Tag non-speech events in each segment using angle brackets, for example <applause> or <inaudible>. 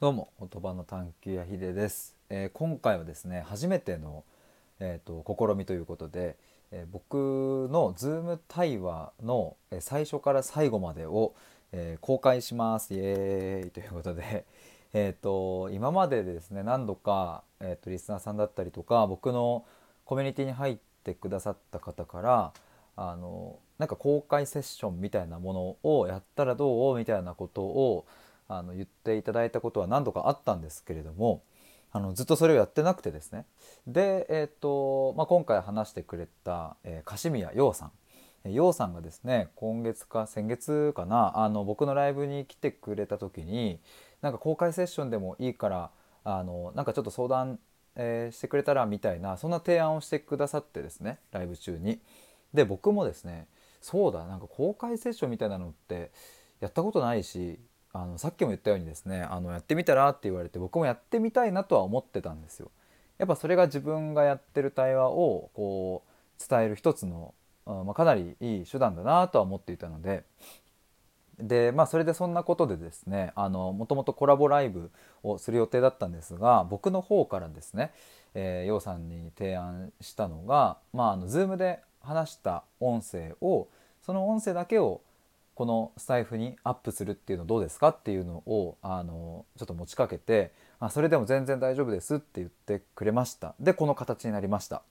どうも言葉の探求やひでです、えー今回はですね初めての、えー、と試みということで、えー僕の Zoom 対話のえー最初から最後までを、えー公開しますイエーイということで、えー、と今までですね何度か、えー、とリスナーさんだったりとか僕のコミュニティに入ってくださった方からあのなんか公開セッションみたいなものをやったらどうみたいなことをあの言っていただいたことは何度かあったんですけれどもあのずっとそれをやってなくてですねで、えーとまあ、今回話してくれた、えー、樫宮陽さんえー陽さんがですね今月か先月かなあの僕のライブに来てくれた時になんか公開セッションでもいいからあのなんかちょっと相談、えーしてくれたらみたいなそんな提案をしてくださってですねライブ中に。で僕もですねそうだなんか公開セッションみたいなのってやったことないしあのさっきも言ったようにですねあのやってみたらって言われて僕もやってみたいなとは思ってたんですよ。やっぱそれが自分がやってる対話をこう伝える一つの、うんまあ、かなりいい手段だなとは思っていたのででまあそれでそんなことでですねあのもともとコラボライブをする予定だったんですが僕の方からですねえー、ようさんに提案したのが、まあ、あの Zoom で話した音声をその音声だけをこのスタイフにアップするっていうのどうですかっていうのをあのちょっと持ちかけてあそれでも全然大丈夫ですって言ってくれましたでこの形になりました。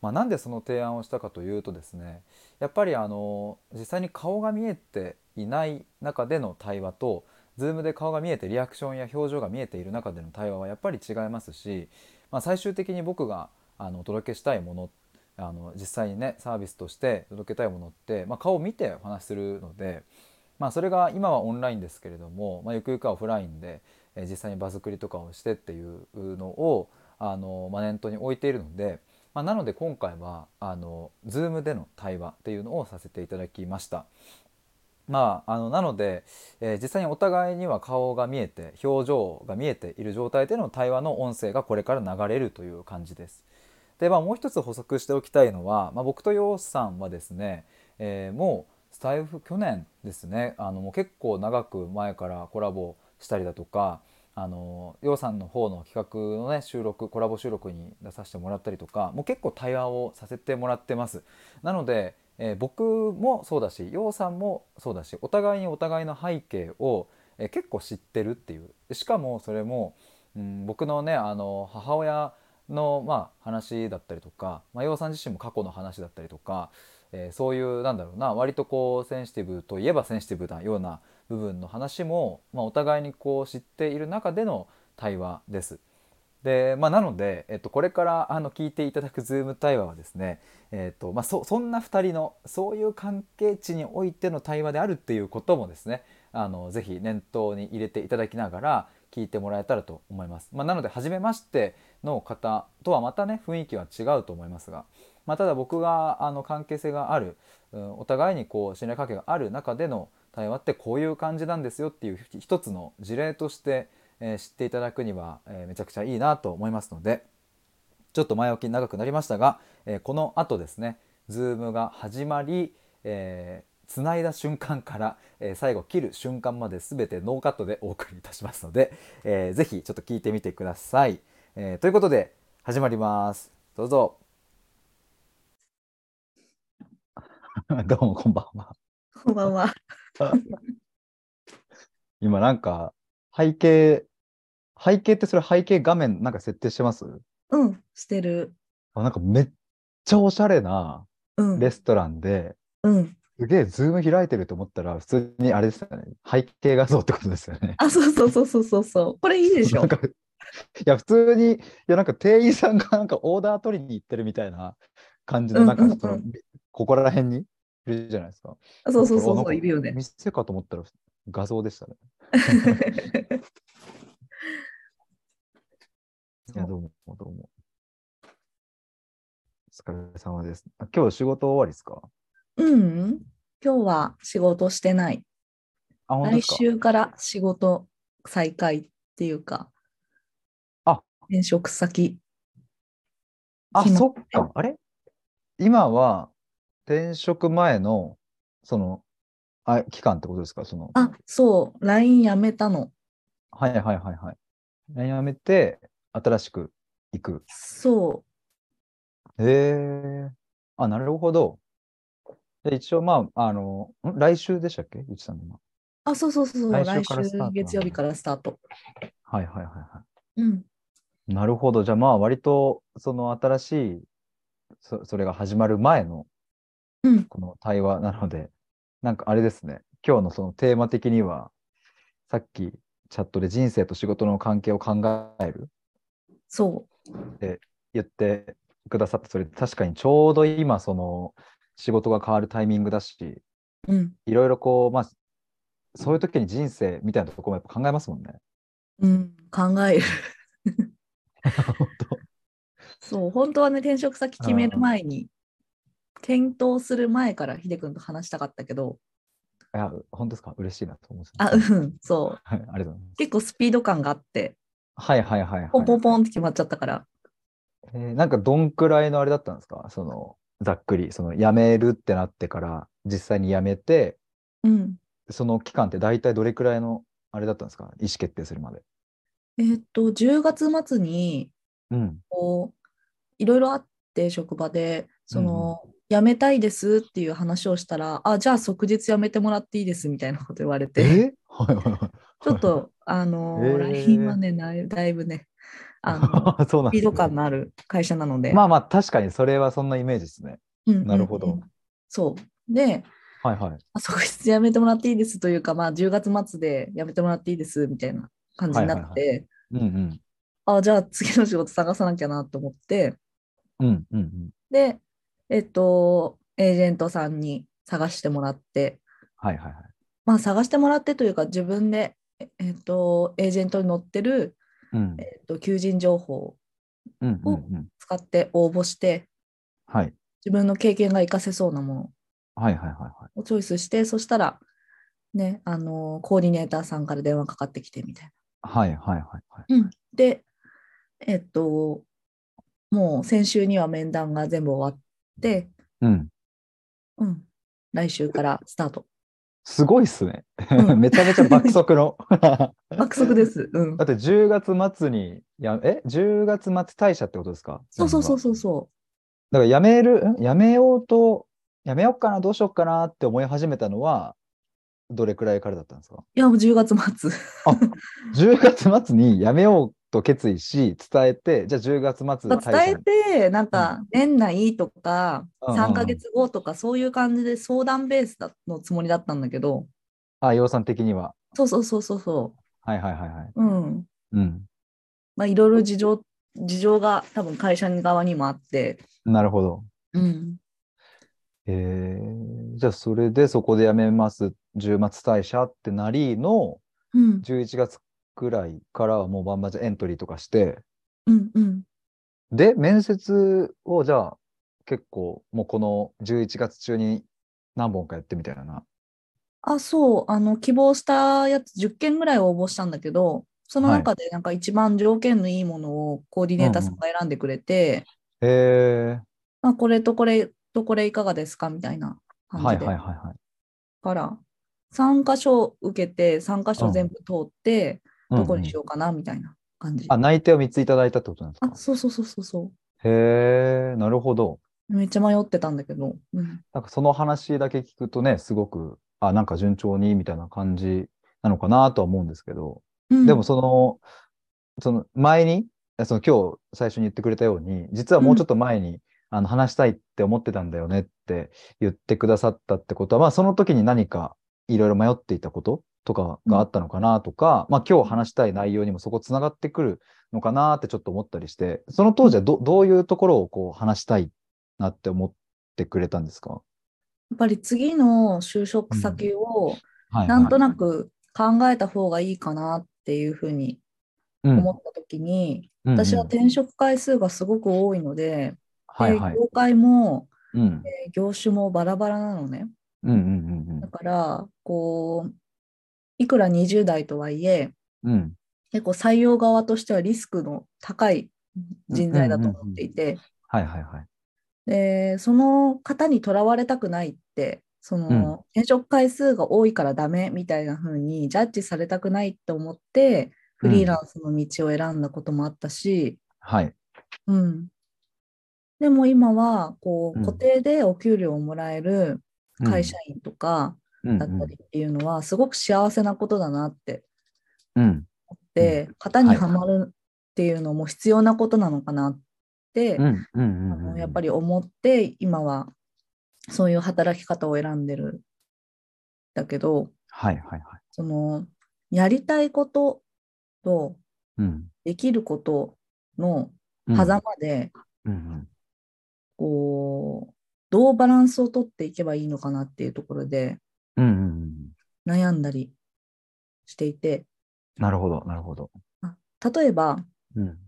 まあ、なんでその提案をしたかというとですねやっぱりあの実際に顔が見えていない中での対話と Zoom で顔が見えてリアクションや表情が見えている中での対話はやっぱり違いますし、まあ、最終的に僕があのお届けしたいものあの実際にねサービスとして届けたいものって、まあ、顔を見てお話しするので、まあ、それが今はオンラインですけれども、まあ、ゆくゆくはオフラインで、えー実際に場作りとかをしてっていうのをあの、まあ、念頭に置いているので、まあ、なので今回はあの Zoom での対話っていうのをさせていただきました。まあ、あのなので、えー実際にお互いには顔が見えて表情が見えている状態での対話の音声がこれから流れるという感じです。で、まあ、もう一つ補足しておきたいのは、まあ、僕と陽さんはですね、えーもうスタイフ去年ですねあのもう結構長く前からコラボしたりだとかあの陽さんの方の企画のね収録コラボ収録に出させてもらったりとかもう結構対話をさせてもらってます。なので、えー僕もそうだし陽さんもそうだしお互いにお互いの背景を、えー結構知ってるっていうしかもそれも、うん、僕のねあの母親の、まあ、話だったりとか、まあ、陽さん自身も過去の話だったりとか、えーそういうなんだろうな割とこうセンシティブといえばセンシティブなような部分の話も、まあ、お互いにこう知っている中での対話です。でまあ、なので、えっと、これからあの聞いていただく Zoom 対話はですね、えっとまあ、そそんな2人のそういう関係値においての対話であるっていうこともですねあのぜひ念頭に入れていただきながら聞いてもらえたらと思います、まあ、なので初めましての方とはまたね雰囲気は違うと思いますが、まあ、ただ僕があの関係性がある、うんお互いにこう信頼関係がある中での対話ってこういう感じなんですよっていうひ一つの事例として、えー知っていただくには、えーめちゃくちゃいいなと思いますのでちょっと前置き長くなりましたが、えーこの後ですね Zoom が始まり、えー、繋いだ瞬間から、えー最後切る瞬間まで全てノーカットでお送りいたしますので、えー、ぜひちょっと聞いてみてください。えーということで始まります。どうぞ。 <laughs> どうもこんばんは。 <laughs> こんばんは。今なんか背景背景ってそれ背景画面なんか設定してますうん、してる。あなんかめっちゃおしゃれなうん。レストランで、うん。すげえズーム開いてると思ったら普通にあれですよね背景画像ってことですよね。あ、そうそうそうそうそうそう。これいいでしなょん。かいや普通にいやなんか店員さんがなんかオーダー取りに行ってるみたいな感じの、うんなんかその、うんここら辺にいるじゃないですか。あそうそうそなうんそかう、いるよね。店かと思ったら画像でしたね。 <laughs> いや、そうどうも、どうも。お疲れ様です。あ今日仕事終わりですかうん。今日は仕事してない。あ、本当で来すか週から仕事再開っていうか、あ転職先。あ、昨日そっか。あれ今は転職前の、その、あ、期間ってことですかその、あ、そう、LINE やめたの。はいはいはいはい。やめて、新しく行く。そへえ。あ、なるほど。で一応、まあ、あの、ん来週でしたっけゆちさんの今。う。あ、そうそうそうそう、来来週からスタートなんだ週月曜日からスタート。はいはいはいはうん。い。なるほど。じゃあ、まあ、割と、その新しい、そ、それが始まる前の、うん。この対話なので、なんかあれですね。今日のそのテーマ的には、さっきチャットで人生と仕事の関係を考えるそ言ってくださって、それ確かにちょうど今、その仕事が変わるタイミングだし、う。うん。いろいろこう、まあ、そういう時に人生みたいなところもやっぱ考えますもんね。うん。考える。本当そう、本当はね、転職先決める前に、検討する前からヒデ君と話したかったけど、いや、本当ですか嬉しいなと思うんですよあ、うん、そう。はい、 <laughs> ありがとうございます。結構スピード感があって、はいはいはい、はいポンポンポンって決まっちゃったから、えーなんかどんくらいのあれだったんですかその、ざっくり、その、辞めるってなってから、実際に辞めて、うん。その期間って大体どれくらいのあれだったんですか意思決定するまで。えーっと、10月末に、うん。こう、いろいろあって、職場で、その、辞めたいですっていう話をしたら、あ、じゃあ即日辞めてもらっていいですみたいなこと言われ <laughs> て、えはいはいはい。ちょ <laughs> っと、あのえー、ー LINE はね、だいだいぶね、あ <laughs> の、スそうなんピですねード感のある会社なので、まあまあ、確かにそれはそんなイメージですね。うんなるほどうんうんそう。で、はいはい。あ即 <laughs> 日辞めてもらっていいですというか、まあ、10月末で辞めてもらっていいですみたいな感じになって、はいうんうん。あじゃあ次の仕事探さなきゃなと思って、うんうんうん。で、えっと、エージェントさんに探してもらって、はいはいはい。まあ、探してもらってというか、自分で、ええっと、エージェントに載ってる、うんえっと、求人情報をうんうんうん。使って応募して、はい。自分の経験が活かせそうなものはいはいはいはい。をチョイスして、そしたら、ね、あのコーディネーターさんから電話かかってきてみたいな。はいはいはいはい。で、えっと、もう先週には面談が全部終わって、うん。うん、来週からスタート。すごいっすね。うんめちゃめちゃ爆速の。 <laughs> だ爆速です。うんっ。て10月末に、やえ ?10 月末退社ってことですかそうそうそうう。そうそだからやめる、んやめようと、やめようかな、どうしようかなって思い始めたのは、どれくらいからだったんですかう。いや、もう10月末。あ10月末にやめようと決意し、伝えて、じゃあ10月末伝退社えて、なんか年内とかうんうんうん3ヶ月後とかそういう感じで相談ベースだのつもりだったんだけど、あ、洋さん的には。そうそうそうそうそはいはいはいはい。う。うん。うん。まあ、いろいろ事情、事情が多分会社側にもあって、なるほど。うん。えー、じゃあそれでそこでやめます。10月退社ってなりの、うん。 11月くらいからはもうバンバンじゃエントリーとかして、うん。うん。で、面接をじゃあ結構もうこの11月中に何本かやってみたいな。あ、そう、あの、希望したやつ10件ぐらい応募したんだけど、そのはい中でなんか一番条件のいいものをコーディネーターさんが選んでくれて、えまあ、これとこれとこれいかがですかみたいなー、感はいじで。はいはいはい。から、3箇所受けて、3箇所全部通っうて、んうどんこにしようかなみたいな感じ。あ、内定を3ついただいたってことなんですあ、かそうそうそうそうそへえ、なるほど。う。めっちゃ迷ってたんだけど、うん、なんかその話だけ聞くとね、すごく、あ、なんか順調にみたいな感じなのかなとは思うんですけど、うんでもその、その前に、えその今日最初に言ってくれたように、実はもうちょっと前に、あの話したいって思ってたんだよねって言ってくださったってことは、まあその時に何かいろいろ迷っていたこととかがあったのかなとか、まあ今日話したい内容にもそこつながってくるのかなってちょっと思ったりして、その当時はどどういうところをこう話したいなって思ってくれたんですかやっぱり次の就職先をはいなんとななく考えた方がいいかなっていうふうにく思った時に、私は転職回数がすごく多いので、はでいはい。業界も、うんえー業種もバラバラなのね。うんうんだから、こう、いくら20代とはいえ、うんうん。うん結構採用側としてはリスクの高い人材だと思っていて、はいはいはい。でその方にとらわれたくないって、その、うん転職回数が多いからダメみたいな風にジャッジされたくないと思って、フリーランスの道を選んだこともあったし、はい。うん。でも今は、こうう、ん固定でお給料をもらえる会社員とかだだったりっていうのは、すごく幸せなことだなってうんうん思って、型にはまるっていうのも必要なことなのかなって、うんうんうんあうんうんのやっぱり思って、今はそういう働き方を選んでるんだけど、はいはいはい。その、やりたいこととうん。できることのうん狭間で、うんうんこう、どうバランスをとっていけばいいのかなっていうところでうんうんうん。悩んだりしていて、なるほど、なるほど。あ例えば、うん。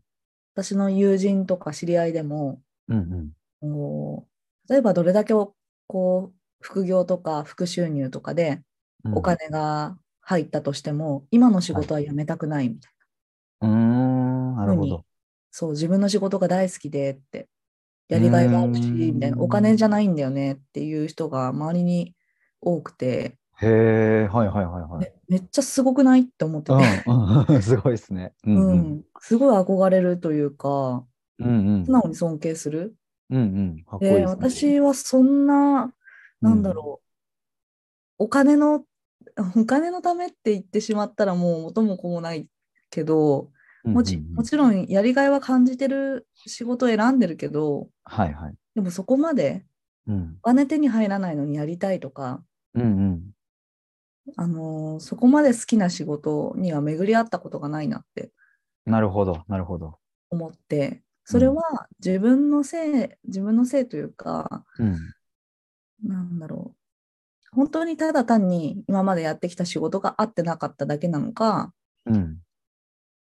私の友人とか知り合いでも、うんうん。こう例えばどれだけをこう副業とか副収入とかでうんお。金が入ったとしても、今の仕事は辞めたくないみたいな、うーん、なるほふうど。そう、自分の仕事が大好きでって、やりがいがあるし、うーんみたいな、お金じゃないんだよねっていう人が周りに多くて、へえ、はいはいはいはい。めめっちゃすごくないって思ってて、うん <laughs> うん、すごいですね。ううんんうん。すごい憧れるというか、うんうん素。直に尊敬する。うんうん。かっこいいで、ですね。私はそんな、なんだろう、お金の、お金のためって言ってしまったらもう元も子もないけど、うん。もちうんうんうんもちろんやりがいは感じてる仕事を選んでるけど、はいはい。でもそこまでうん。お金手に入らないのにやりたいとか、うんうん。あのーそこまで好きな仕事には巡り合ったことがないなってなるほど、なるほど。思って、それは自分のせい、自分のせいというか、うん。なんだろう。本当にただ単に今までやってきた仕事が合ってなかっただけなのか、うん。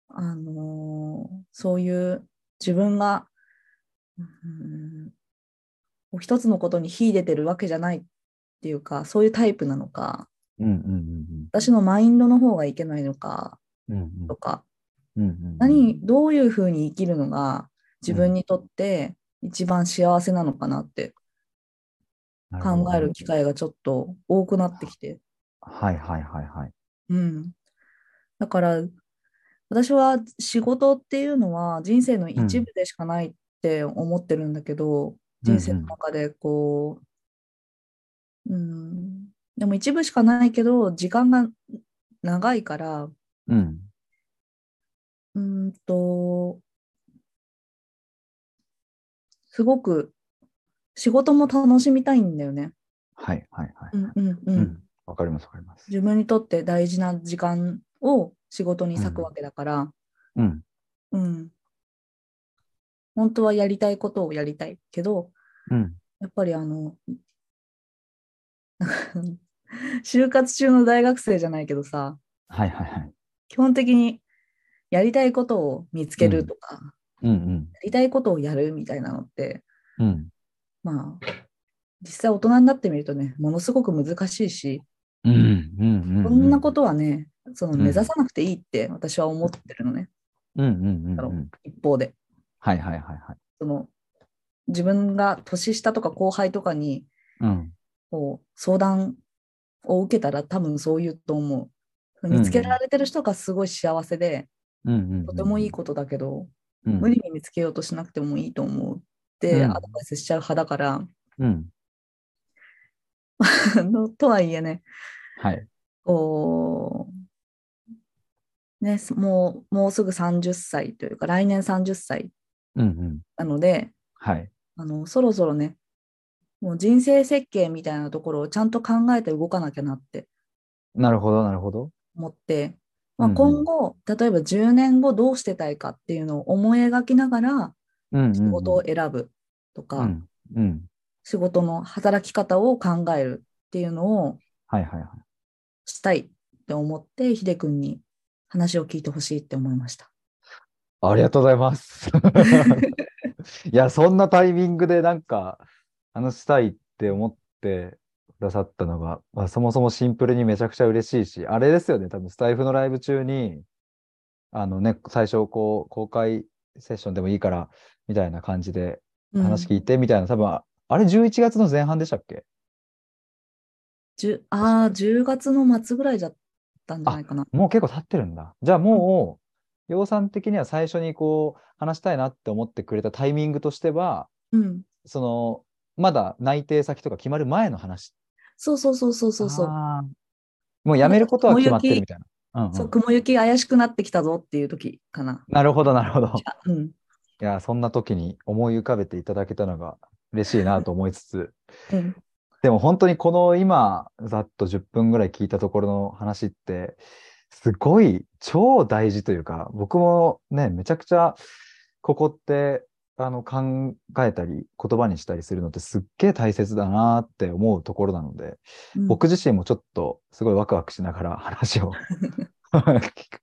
あのーそういう自分が、うん、こう一つのことに秀でてるわけじゃないっていうか、そういうタイプなのか、うんうんうん私のマインドの方がいけないのかうん。うんとか、うん。うんうん。何、どういうふうに生きるのが自分にとって一番幸せなのかなってなほど考える機会がちょっと多くなってきて。はいはいはいはい。うん。だから、私は仕事っていうのは人生の一部でしかないって思ってるんだけど、人生の中でこう、うん、でも一部しかないけど、時間が長いから、うん。うーんと、すごく仕事も楽しみたいんだよね。はいはいはい。うんうんう。うんん。わかりますわかります。自分にとって大事な時間を仕事に割くわけだから、うん。うん。本当はやりたいことをやりたいけど、うん。やっぱりあの、 <laughs> 就活中の大学生じゃないけどさ、はいはいはい。基本的にやりたいことを見つけるとか、うんやりたいことをやるみたいなのって、うん。うん。まあ、実際大人になってみるとね、ものすごく難しいし、うんうんうん。。こんなこととはね、そのうん目指さなくていいって私は思ってるのね、うんうんうんうん。一方で。はいはいはいはい。その自分が年下とか後輩とかにうん。こう相談を受けたら多分そう言うと思う。ん見つけられてる人がすごい幸せで、うんうんうん。とてもいいことだけど、と。無理に見つけようとしなくてもいいと思うってうんアドバイスしちゃう派だから、 <laughs> うん。あのとはいえね、はい。こう、ね、すもう、もうすぐ30歳というか、来年30歳うんうん。なので、はい。あの、そろそろね、もう人生設計みたいなところをちゃんと考えて動かなきゃなってなるほどなるほど。思って、まうあ、んうん今後、例えば10年後どうしてたいかっていうのを思い描きながらうんうん。仕事を選ぶとか、うん。うん。仕事の働き方を考えるっていうのをはいはいはい。したいって思って、ヒデ君に話を聞いてほしいって思いました。ありがとうございます。いや、そんなタイミングでなんか話したいって思ってくださったのが、まあ、そもそもシンプルにめちゃくちゃ嬉しいし、あれですよね、多分スタイフのライブ中に、あのね、最初こう公開セッションでもいいからみたいな感じでうん話聞いてみたいな、多分ああれ11月の前半でしたっけじゅああ、10月の末ぐらいだったんじゃないかな。もう結構経ってるんだ。じゃあも洋さん的には最初にこう話したいなって思ってくれたタイミングとしてはうん。そのまだ内定先とか決まる前の話そうそうそうそうそうそう。あーもう辞めることは決まってるみたいな、うんうんそう、雲行き怪しくなってきたぞっていう時かな。なるほどなるほどあうん。いやそんな時に思い浮かべていただけたのが嬉しいなと思いつつうん。でも本当にこの今、ざっと10分ぐらい聞いたところの話って、すごい超大事というか、僕もね、めちゃくちゃここってあの考えたり言葉にしたりするのってすっげえ大切だなって思うところなので、うん僕自身もちょっとすごいワクワクしながら話を <laughs> 聞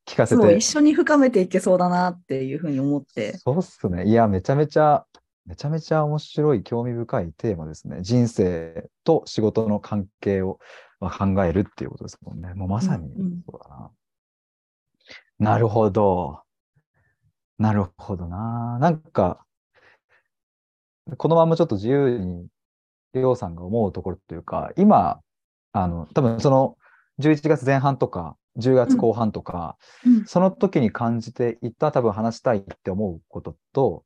聞かせそう、て一。緒に深めていけそうだなっていうふうに思って。そうっすね。いや、めちゃめちゃ、めちゃめちゃ面白い、興味深いテーマですね。人生と仕事の関係を、まあ、考えるっていうことですもんね。もうまさにうんうんそうだな。なるほど。なるほどな。なんか、このままちょっと自由に、りょうさんが思うところというか、今、あの、多分その、11月前半とか、10月後半とか、うんその時に感じていった多分話したいって思うことと、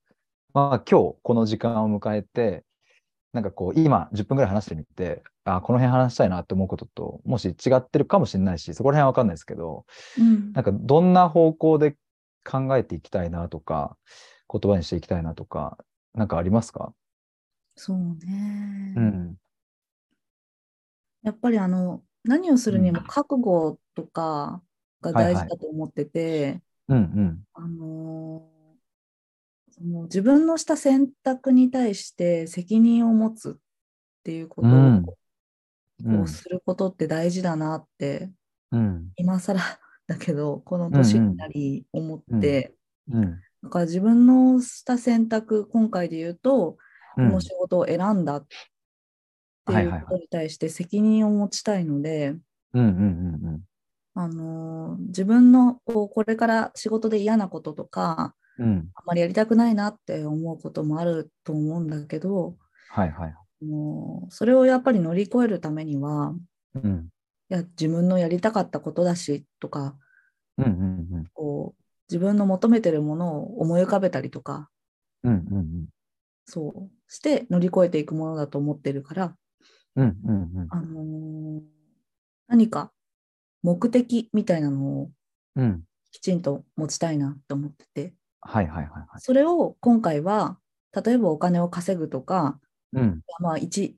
まあ今日この時間を迎えて、なんかこう今10分ぐらい話してみて、あこの辺話したいなって思うことと、もし違ってるかもしれないし、そこら辺はわかんないですけど、うんなんかどんな方向で考えていきたいなとか、言葉にしていきたいなとか、なんかありますかそうね、うん。やっぱりあの、何をするにもうん覚悟とかが大事だと思ってて、うんうん。あのーその自分のした選択に対して責任を持つっていうことを,、うんうんをすることって大事だなってうん。今更だけどこの年になり思って、うん。だから自分のした選択今回で言うと、うこんの。仕事を選んだってはいいうはいこはとに対して責任を持ちたいので、うんうんうんうん。あのー自分のこうこれから仕事で嫌なこととかうん。あまりやりたくないなって思うこともあると思うんだけどはいはい。もうそれをやっぱり乗り越えるためにはうん。いや自分のやりたかったことだしとかうんうんうん。こう自分の求めてるものを思い浮かべたりとかうんうんうん。そうして乗り越えていくものだと思ってるから、うんうんうん。あのー何か目的みたいなのをうん。きちんと持ちたいなと思っててはいはいはいはい。それを今回は例えばお金を稼ぐとかうん。まあ、一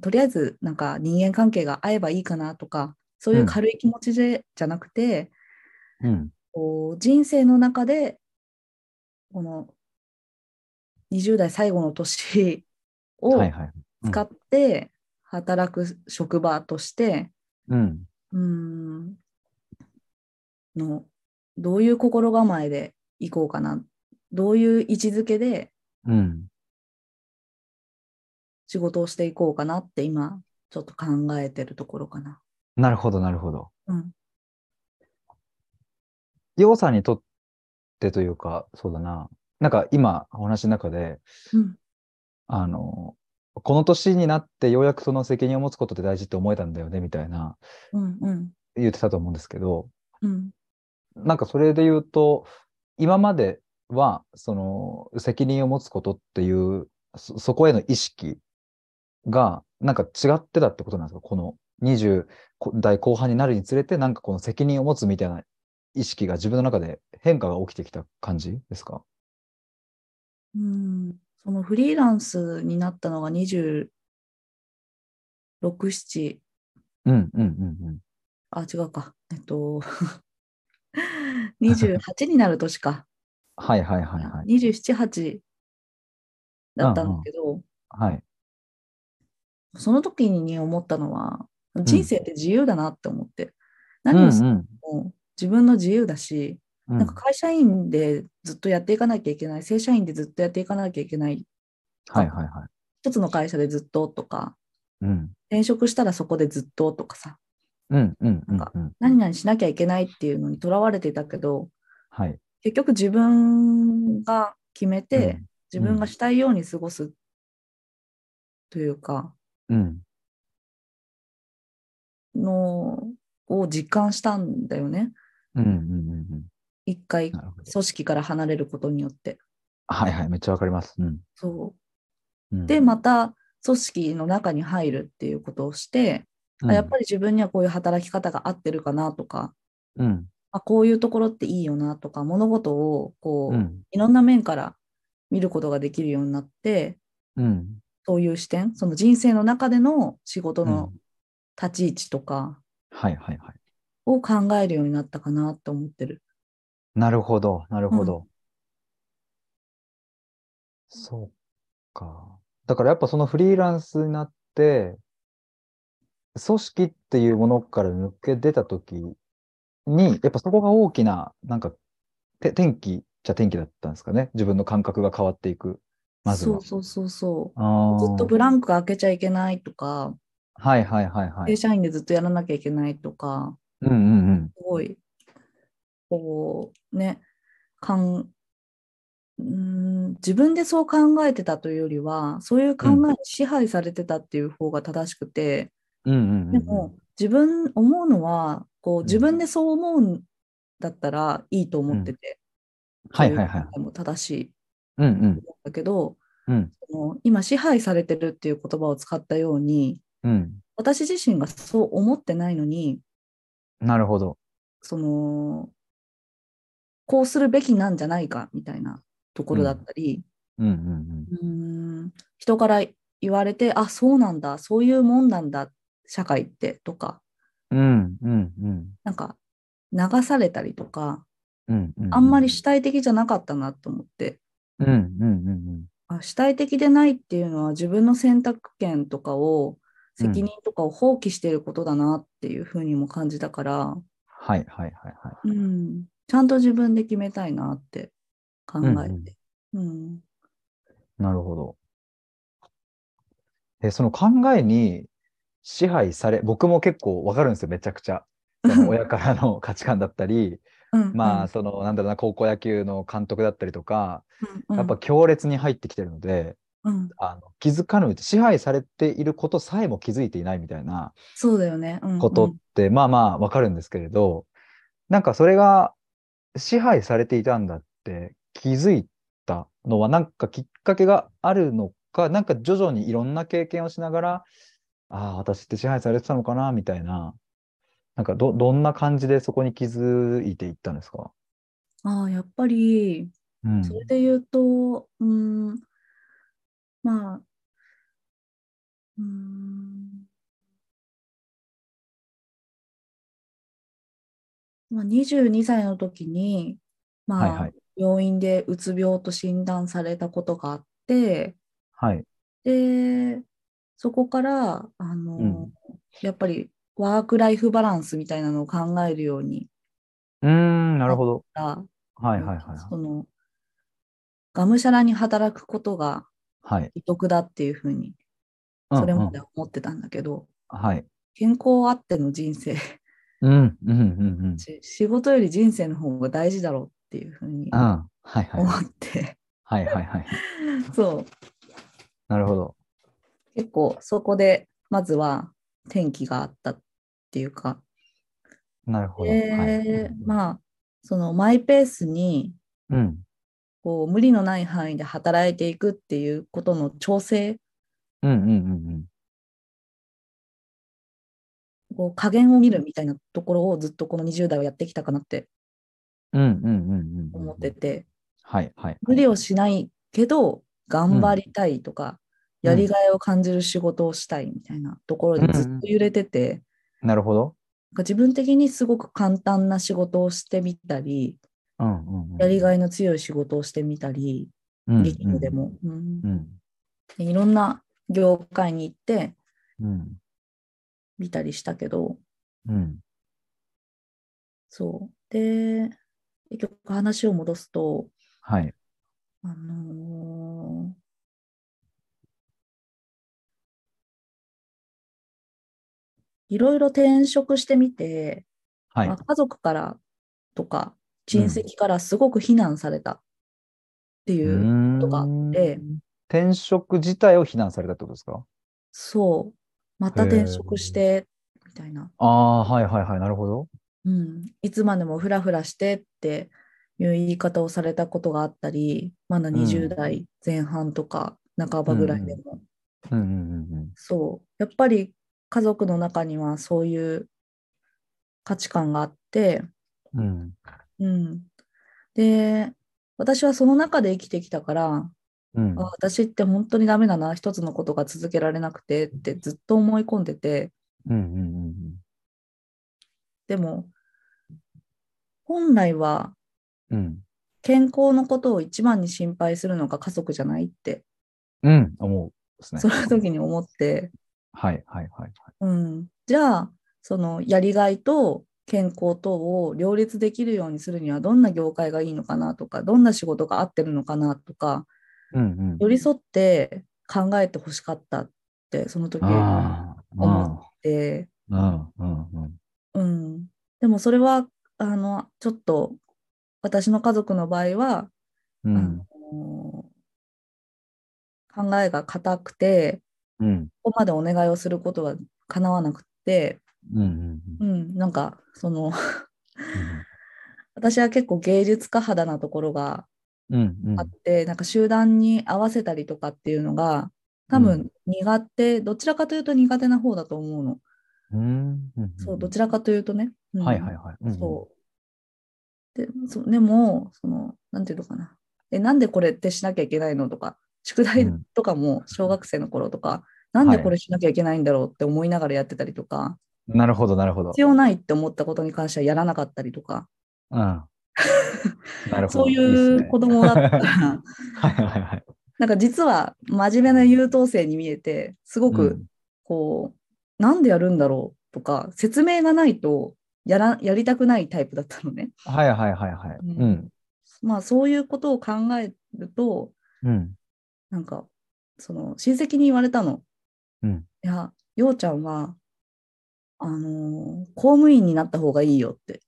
とりあえずなんか人間関係が合えばいいかなとかそういう軽い気持ちで、じゃなくてうん。こう人生の中でこの20代最後の年をはいはい。使って働く職場として、うん。うーんのどういう心構えでいこうかなどういう位置づけでうん。仕事をしていこうかなって今ちょっと考えてるところかな。なるほど、なるほど。うん洋さんにとってというか、そうだな。なんか今、お話の中で、うんあの、この年になってようやくその責任を持つことって大事って思えたんだよね、みたいな、うんうん言ってたと思うんですけど、うんなんかそれで言うと、今までは、その、責任を持つことっていう、そそこへの意識が、なんか違ってたってことなんですかこの20代後半になるにつれて、なんかこの責任を持つみたいな意識が自分の中で変化が起きてきた感じですかうん、そのフリーランスになったのが26、7、うんうんうんあ、違うか、えっと、28になる年か、うん。はいはいはいはい。 27、8だったんだけど、はい。その時に思ったのは、人生って自由だなって思って、何うをしんてうんも自分の自由だし、うんなんか会社員でずっとやっていかなきゃいけない、正社員でずっとやっていかなきゃいけない、はいはいはい。一つの会社でずっととか、うん転職したらそこでずっととかさうんうんうんなんかうん。何々しなきゃいけないっていうのにとらわれていたけどはい。結局自分が決めて、自分がしたいように過ごすというかうん、うん。のを実感したんだよね。うんうんうんうん。一回なるほど。組織から離れることによって。はいはい、めっちゃわかります。うん。そううんで、また組織の中に入るっていうことをして、あやっぱり自分にはこういう働き方が合ってるかなとか、り、うん。あこういうところっていいよなとか、物事をこう、うん。いろんな面から見ることができるようになって、うん。そういう視点、その人生の中での仕事のうん立ち位置とかはいはいはい。を考えるようになったかなと思ってる。なるほど、なるほど。そうか。だからやっぱそのフリーランスになって、組織っていうものから抜け出たときに、やっぱそこが大きな、なんか、て転機じゃ転機だったんですかね。自分の感覚が変わっていく。まずそはう。そうそうそあう。ーずっとブランク開けちゃいけないとか、はいはいはいはい正。社員でずっとやらなきゃいけないとか、うんうんうん。すごい、こう、ね、かんうーん自分でそう考えてたというよりは、そういう考えに支配されてたっていう方が正しくて、うんうんうんでも、自分思うのはこう自分でそう思うんだったらいいと思ってて、はいはいはいそうう考。えも正しいうんうんと思うんだけどうんその今支配されてるっていう言葉を使ったようにうん。私自身がそう思ってないのになるほど。そのこうするべきなんじゃないかみたいなところだったり、うんうんうーん人から言われてあそうなんだそういうもんなんだ社会ってとかうん。うんうんうん。なんか流されたりとかうんううあんまり主体的じゃなかったなと思って、うんうんうんあ主体的でないっていうのは自分の選択権とかをうん責任とかを放棄していることだなっていうふうにも感じたから、はいはいはいはい。うん、ちゃんと自分で決めたいなって考えて。うんなるほど。え、その考えに支配され、僕も結構わかるんですよ、めちゃくちゃ。そ <laughs> の親からの価値観だったり、うんまあ、その、なんだろうな、高校野球の監督だったりとか、うんやっぱ強烈に入ってきてるので、うん、あの気づかぬうち、支配されていることさえも気づいていないみたいな、そうだよね。うんことって、まあまあわかるんですけれど、なんかそれが支配されていたんだって気づいたのは、なんかきっかけがあるのか、なんか徐々にいろんな経験をしながら、ああ、私って支配されてたのかな、みたいな、なんかど、どんな感じでそこに気づいていったんですかうんああやっぱりうん。それで言うと、うん、まあ、うん、まあ、22歳の時に、はいまはあい、。病院でうつ病と診断されたことがあって、はい。で、そこから、あの、うんやっぱりワークライフバランスみたいなのを考えるようにうーん、なるほど。なっはたいはいはい。その、がむしゃらに働くことが、はい。利得だっていうふうにうんそれまでうんは思ってたんだけど、はい。健康あっての人生うん、うん、うん、うん。し仕事より人生の方が大事だろうっていうふううん。にはいはい思。って、 <laughs> はいはいはい。そうなるほど。結構そこでまずは転機があったっていうかなるほど。で、あ、まあそのマイペースにうん。こう無理のない範囲で働いていくっていうことの調整うんうんうんこう加減を見るみたいなところをずっとこの20代はやってきたかなってうん。うんうんうんうん。思って。て、はいはい。無理をしないけど頑張りたいとか、うんやりがいを感じる仕事をしたいみたいなところでずっと揺れてて、なんかなるほど。自分的にすごく簡単な仕事をしてみたりうんうんうん。やりい、がいの強い仕事をしてみたり、激務で。も、うんうん。でいろんな業界に行ってうん。みたりしたけどうん。そうで結局話を戻すと、はい。あのーいろいろ転職してみて、はいまあ。家族からとか親戚からすごく非難されたっていう、ことがあって転職自体を非難されたってことですかそうまた転職してみたいな、ああ、はいはいはい。なるほど。うん、いつまでもフラフラしてっていう言い方をされたことがあったり、まだうん20代前半とか半ばぐらいでも、うんうんそう、やっぱり家族の中にはそういう価値観があって、うんうん。うんうん、で、私はその中で生きてきたから、うんあ私って本当にダメだな、一つのことが続けられなくてってずっと思い込んでて、うんうんでも、本来はうんうん。健康のことを一番に心配するのが家族じゃないって、うん、思うですね。その時に思って、はいはいはい。うん、じゃあ、そのやりがいと健康とを両立できるようにするには、どんな業界がいいのかなとか、どんな仕事が合ってるのかなとか、うんう寄ん。り添って考えてほしかったって、その時思っああ、て、うんうんうん。うん、でもそれは、あの、ちょっと、私の家族の場合は、うんあの考えが固くて、うんここまでお願いをすることは叶わなくって、うんうんうん、なんかその私は結構芸術家肌なところがうんうんうんあって、なんか集団に合わせたりとかっていうのが多うん分苦手、どちらかというと苦手な方だと思うの。うんうん。そうどちらかというとね。うんはいはいはい。うんそうでそでもそのなんていうのかなえなんでこれってしなきゃいけないのとか宿題うんとかも小学生の頃とか、なんでこれしなきゃいけないんだろうって思いながらやってたりとか、なるほどなるほど。必要ないって思ったことに関してはやらなかったりとかうん。なるほど。そういいっすうね子供だっ <laughs> たから。はいはいはい。なんか実は真面目な優等生に見えてすごうくんこう、なんでやるんだろうとか説明がないとやらやりたくないタイプだったのね。 <laughs> はいはいはいはい。うんまあそういうことを考えるとうんなんかその親戚に言われたの。うんいやようちゃんはあのー公務員になった方がいいよって。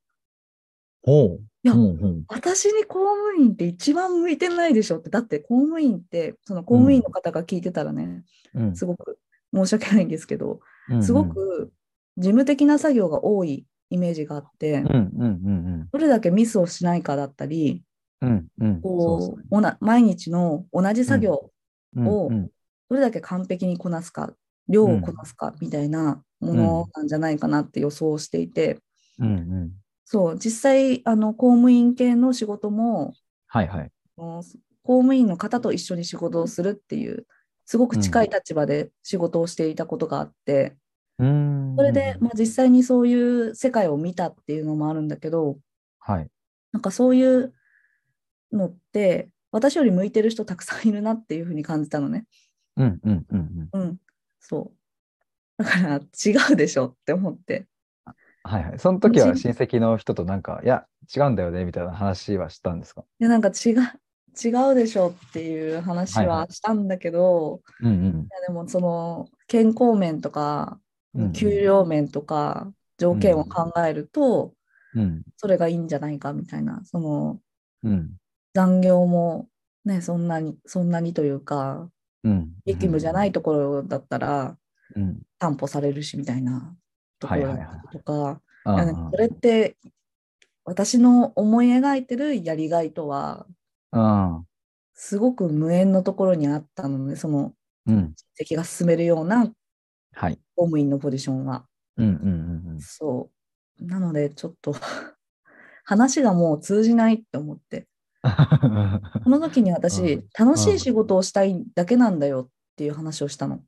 ほう。いやうんうん私に公務員って一番向いてないでしょってだって公務員ってその公務員の方が聞いてたらね、うんすごく申し訳ないんですけど、うんすご。く事務的な作業が多いイメージがあっうて、んうんうんどれだけミスをしないかだったり、うんうんうん。こうおな毎日の同じ作業、うんをうんどれだけ完璧にこなすか、量をこなすかみたいなものなんじゃないかなって予想していて、うんうん。そう、実際、あの公務員系の仕事も、はいはい。あの公務員の方と一緒に仕事をするっていう、すごく近い立場で仕事をしていたことがあって、うん。それで、まあ、実際にそういう世界を見たっていうのもあるんだけど、はい。なんかそういうのって、私より向いてる人たくさんいるなっていうふうに感じたのね。うんうんうんうん。うん、そう。だから違うでしょって思って。はいはい。その時はじ親戚の人となんか、いや、違うんだよね、みたいな話はしたんですかで、なんか違う。違うでしょっていう話はいははしたんだけど、うんいやでもその健康面とかうんうん給料面とか条件を考えるとうん。うんそれがいいんじゃないかみたいなそのうん。残業もねそんなにそんなにというかうん。。激務じゃないいところだったらうん。担保されるしみたいなところだったりとか、あいやあなんかそれって私の思い描いてるやりがいとはああすごく無縁のところにあったのでそのうん。敵が進めるようなはい。公務員のポジションはうんうんうん <laughs> うん。そうなのでちょっと <laughs> 話がもう通じないって思ってこの時にう私ん楽しい仕事をしたいだけなんだよっていう話をしたの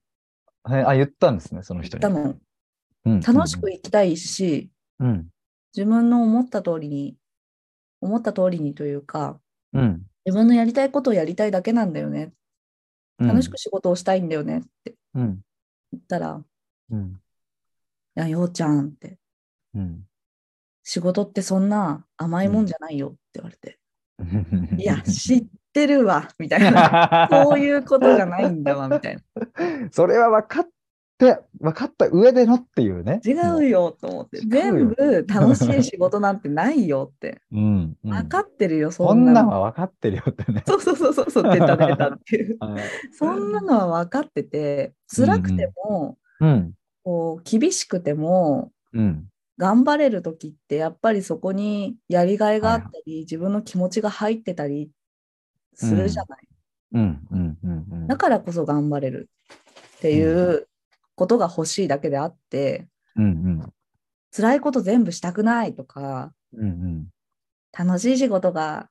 えあ、言ったんですね、その人言っに。たのうん楽しく生きたいしうん。自分の思った通りに思った通りにというかうん。自分のやりたいことをやりたいだけなんだよねうん楽しく仕事をしたいんだよねってうん。言ったら、うん。いや、ようちゃんって、うん。仕事ってそんな甘いもんじゃないよって言われて、うん <laughs> いや、知ってるわ、みたいな。そういうことじゃないんだわ、みたいな。それは分かって、分かった上でのっていうね。違うよと思って、違う全よ部楽しい仕事なんてないよって、うん。うん。分かってるよ、こそんんななの。んは分かってるよってね。そうそうそうそうそう、出た出たっていう。はいそんなのは分かってて、辛くても、うん。こう厳しくても、うん。頑張れる時ってやっぱりそこにやりがいがあったり、自分の気持ちが入ってたりするじゃない、うんうんうんうんだからこそ頑張れるっていうことが欲しいだけであってうん辛いこと全部したくないとかうんうん楽しい仕事が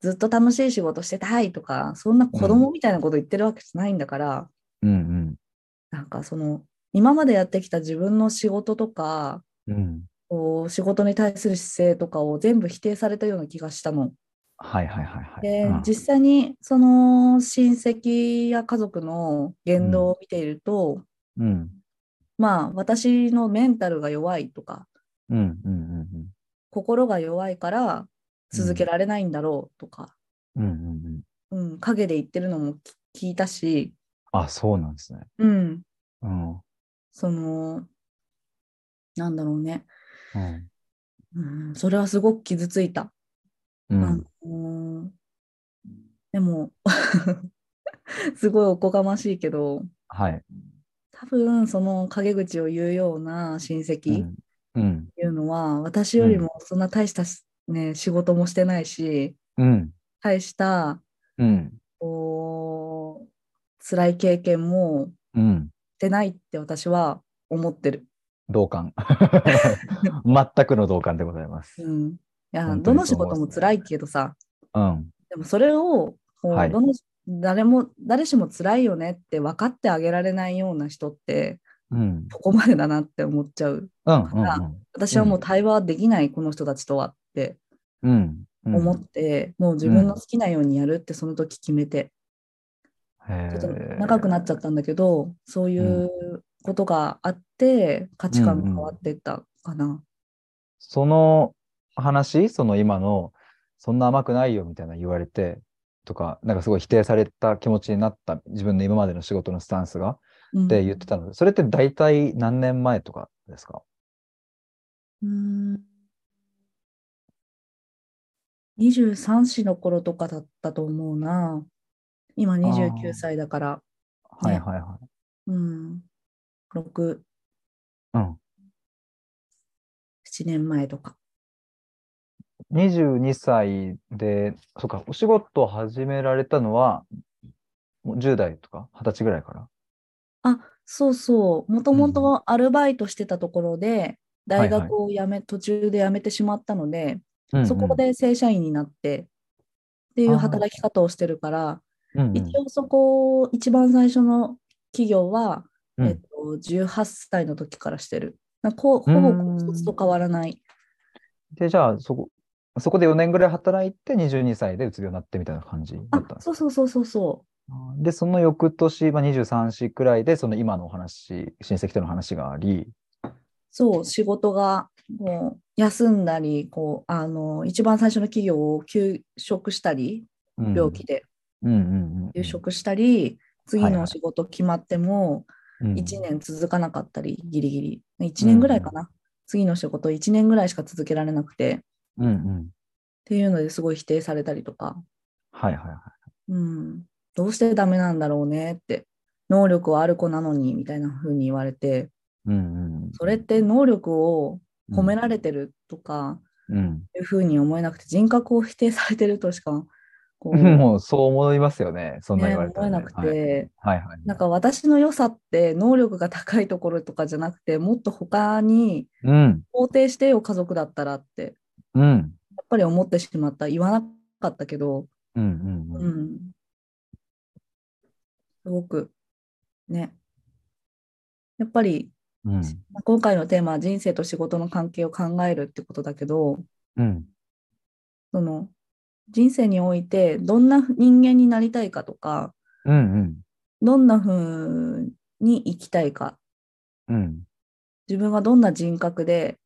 ずっと楽しい仕事してたいとかそんな子供みたいなこと言ってるわけじゃないんだから、うんうんなんかその今までやってきた自分の仕事とかうんこう仕事に対する姿勢とかを全部否定されたような気がしたの。はいはいはいはいで、うん実際にその親戚や家族の言動を見ていると、うんまあ私のメンタルが弱いとかうんうん心が弱いから続けられないんだろうとか、うんうんうんうんうんうん陰で言ってるのもき聞いたし、あそうなんですねうん、うんうんそのなんだろうね、うん、それはすごく傷ついた。うんあのーでも <laughs> すごいおこがましいけどはい多分その陰口を言うような親う戚っんうんていうのは、私よりもそんな大したし、ね、仕事もしてないしうん大したうんこう辛い経験もうんしてないって私は思ってる。同 <laughs> 感全くの同感でございますうん、いや本当どにの仕そ事う思いもますね辛いけどさうんでもそれをこう、はいどの誰も誰しも辛いよねって分かってあげられないような人ってうんここまでだなって思っちゃううんだから私はもう対話できない、この人たちとはってうんうんうん思って、もう自分の好きなようにやるってその時決めて、へーちょっと長くなっちゃったんだけどそういううことがあって価値観が変わってったかな。その話、その今の、そんな甘くないよみたいな言われて、とか、なんかすごい否定された気持ちになった自分の今までの仕事のスタンスが、うんって言ってたので、それって大体何年前とかですかうーん23歳の頃とかだったと思うな。今29歳だから、はいねはいはい。うん、6、うん。 7年前とか。 22歳で、そっか、お仕事を始められたのは、もう10代とか、20歳ぐらいから。あ、そうそう。もともうんとアルバイトしてたところで、はいはい大学を辞め、途中で辞めてしまったので、うんうんそこ、で正社員になってっていうあー働き方をしてるから、うんうん一応そこ、一番最初の企業は、うんえっと、18歳の時からしてる。なこうほぼ一つと変わらない。で、じゃあ、そこ、そこで4年ぐらい働いて、22歳でうつ病になってみたいな感じだあったんですかそうそうそうそうそで、その翌年、まあ、23歳くらいで、その今のお話、親戚との話があり、う。そう、仕事がもう休んだりこうあの、一番最初の企業を休職したり、うん病気でうんうんうん、休職したり、次はいはのい仕事決まってもうん1年続かなかったり、ギリギリ。1年ぐらいかな。次の仕事1年ぐらいしか続けられなくて、っうんうん。ていうのですごい否定されたりとか。はいはいはい。うん、どうしてダメなんだろうねって能力はある子なのにみたいな風に言われてうんうん、それって能力を褒められてるとかうん、いう風に思えなくて人格を否定されてるとしかこうう、ん。 <laughs> もうそう思いますよね。そんなね言われた思ら、えね。なくて、はい。はいはい。なんか私の良さって能力が高いところとかじゃなくてもっと他にうん、肯定してよ家族だったらってやっうん、ぱり思ってしまった言わなかったけど、うん、うんうん。うん、すごくねやっぱりうん、まあ今回のテーマは人生と仕事の関係を考えるってことだけどうん、その人生においてどんな人間になりたいかとかうん、どんな風に生きたいかうん、自分がどんな人格で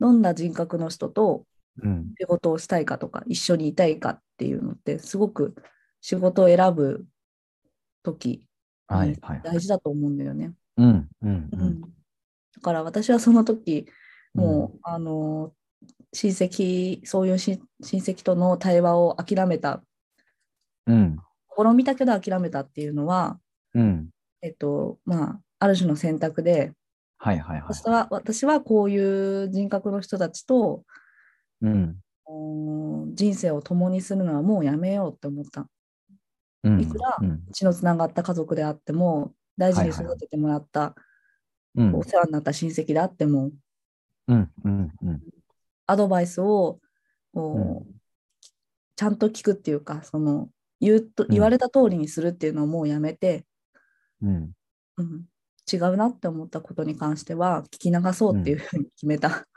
どんな人格の人とうん、仕事をしたいかとか一緒にいたいかっていうのってすごく仕事を選ぶ時はいはい。大事だと思うんだよね。うん、うん、ううんん。だから私はその時もう、あの親戚そういうし親戚との対話を諦めたうん、うん、試みたけど諦めたっていうのは、うん、えっとまあ、ある種の選択ではいはいはい私。は私はこういう人格の人たちとうん。うん人生を共にするのはもうやめようって思った。うん。いくらうん。血のつながった家族であっても大事に育ててもらった、うん。お世話になった親戚であってもうん。うん。うん。アドバイスをこうちゃんと聞くっていうかその言うとん言われた通りにするっていうのをもうやめて、うん。うん、違うなって思ったことに関しては聞き流そうっていうふうに決め <laughs> た。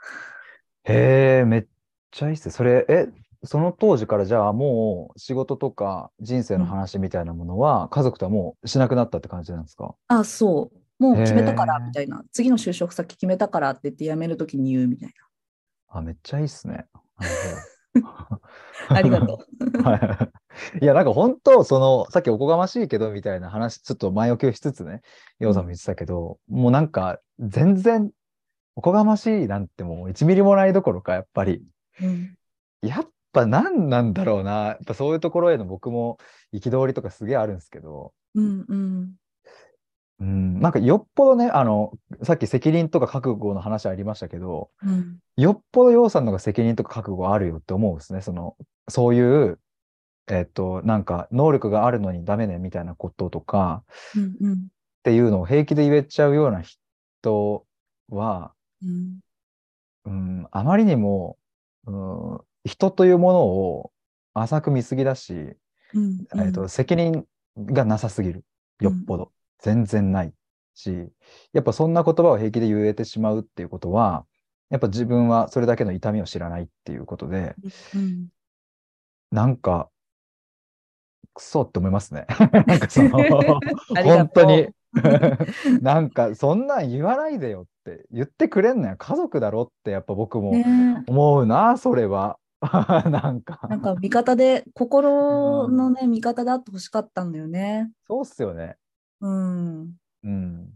へえ、めっちゃいいっすね。それ、え、その当時からじゃあもう仕事とか人生の話みたいなものは家族とはもうしなくなったって感じなんですかあそうもう決めたからへーみたいな次の就職先決めたからって言って辞めるときに言うみたいあ、めっちゃいいっすね。 <laughs> なありがとう。う。はい。いや、なんか本当、その、さっきおこがましいけどみたいな話、ちょっと前置きをしつつね、ようさんも言ってたけど、もうなんか全然おこがましいなんてもう1ミリもないどころか、やっぱり。うんやっぱ何なんだろうな。やっぱそういうところへの僕も憤りとかすげえあるんですけど、うんうんうん、なんかよっぽどね、あの、さっき責任とか覚悟の話ありましたけど、うんよっぽど洋さんの方が責任とか覚悟あるよって思うんですね。その、そういう、えっと、なんか能力があるのにダメねみたいなこととかうんうんっていうのを平気で言えちゃうような人は、うんうん、あまりにも、うん、人というものを浅く見すぎだし、うんえっと、責任がなさすぎる。よっぽど。全然ないし、やっぱそんな言葉を平気で言えてしまうっていうことは、やっぱ自分はそれだけの痛みを知らないっていうことで、うんなんか、クソって思いますね。なんかその、 <laughs> ありが本と当うに。 <laughs> なんか、そんなん言わないでよって、言ってくれんのや、家族だろって、やっぱ僕もねえ思うな、それは。 <laughs> なんか、なんか味方で心のね味方であってほしかったんだよね。そうっすよね。うん、うん。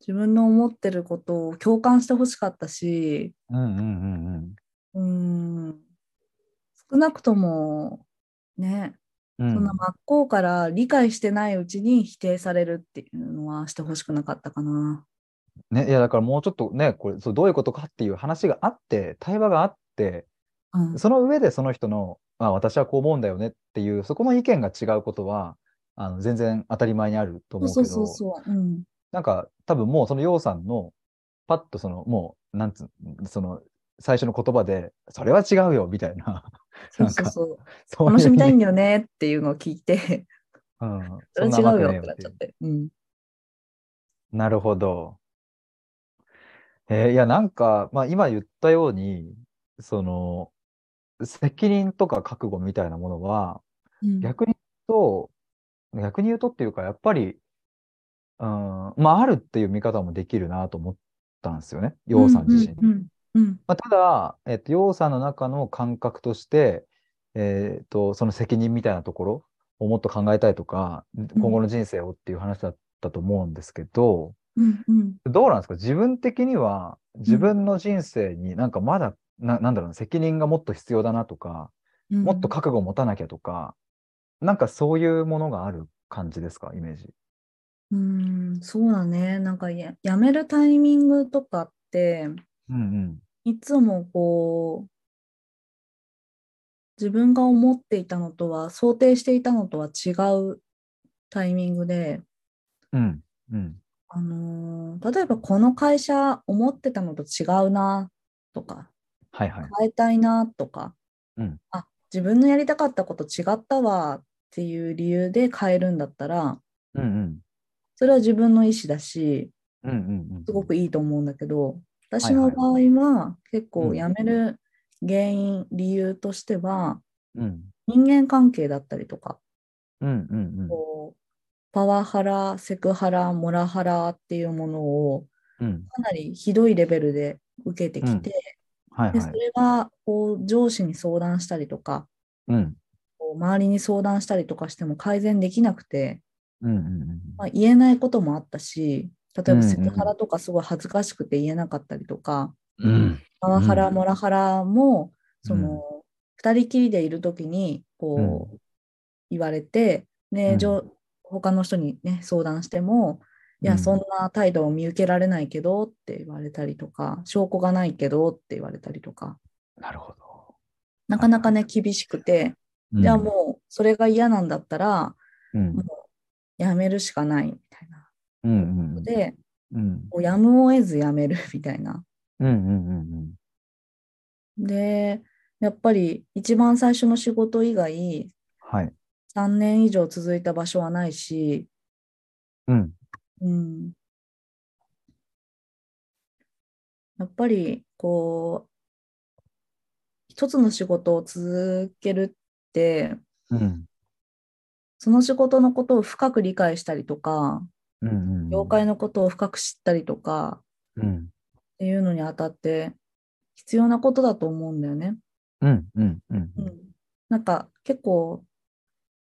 自分の思ってることを共感してほしかったし、うんうんうんうん。うん、少なくともね、うんそんな真っ向から理解してないうちに否定されるっていうのはしてほしくなかったかな。ね、いやだからもうちょっとねこれそうどういうことかっていう話があって対話があってうん、その上でその人の、まあ、私はこう思うんだよねっていうそこの意見が違うことはあの全然当たり前にあると思うそけうそどうそうそう。うん、なんか多分もうその楊さんのパッとそのもうなんつうその最初の言葉で「それは違うよ」みたいな <laughs> そなうんそうか <laughs> そう。そういう楽しみたいんだよねっていうのを聞いて、うん、それんなは甘違うくよねえってなっちいゃうって。うんなるほど。えーいや、なんか、まあ、今言ったように、その、責任とか覚悟みたいなものは、うん逆に言うと、逆に言うとっていうか、やっぱり、うん、まあ、あるっていう見方もできるなと思ったんですよね、洋さん自身に。うんうんうんまあ、ただ、えっと、洋さんの中の感覚として、えっと、その責任みたいなところをもっと考えたいとか、今後の人生をっていう話だったと思うんですけど、うんうんどうなんですか自分的には自分の人生になんかまだ、ななんだろうな責任がもっと必要だなとか、うんもっと覚悟を持たなきゃとかなんかそういうものがある感じですかイメージ。うーん、そうだね。なんかや、やめるタイミングとかって、うんいつもこう、自分が思っていたのとは、想定していたのとは違うタイミングで、うんうんうんあのー例えばこの会社思ってたのと違うなとか、はいはい。変えたいなとか、うんあ、自分のやりたかったこと違ったわっていう理由で変えるんだったら、うんうんそれは自分の意思だし、うんうんうんすごくいいと思うんだけど、私はのい場合はは結う構ん辞める原因、理由としては、うん人間関係だったりとか、うんうんうんこうパワハラ、セクハラ、モラハラっていうものをうんかなりひどいレベルで受けてきて、はいではそい。れがこう上司に相談したりとか、うんこう周りに相談したりとかしても改善できなくて、うんうんまあ、言えないこともあったし、例えうんうばんセクハラとかすごい恥ずかしくて言えなかったりとか、うんうんパワハラ、うんモラハラも、その、二人きりでいるときに、こう、言われて、うね、ん上他の人にね、相談しても、いや、そんな態度を見受けられないけどって言われたりとか、証拠がないけどって言われたりとか、なるほど。なかなかね、厳しくて、じゃあもうそれが嫌なんだったら、うん、もうやめるしかないみたいなうん、うん、ので、うん、もうやむを得ずやめるみたいな。うん、うん、うん、で、やっぱり一番最初の仕事以外、はい。 3年以上続いた場所はないし、うん、うんやっぱりこう一つの仕事を続けるってうん、その仕事のことを深く理解したりとかうん、うん、業界のことを深く知ったりとかうん、っていうのにあたって必要なことだと思うんだよね。うん、うん、うん、うん、なんか結構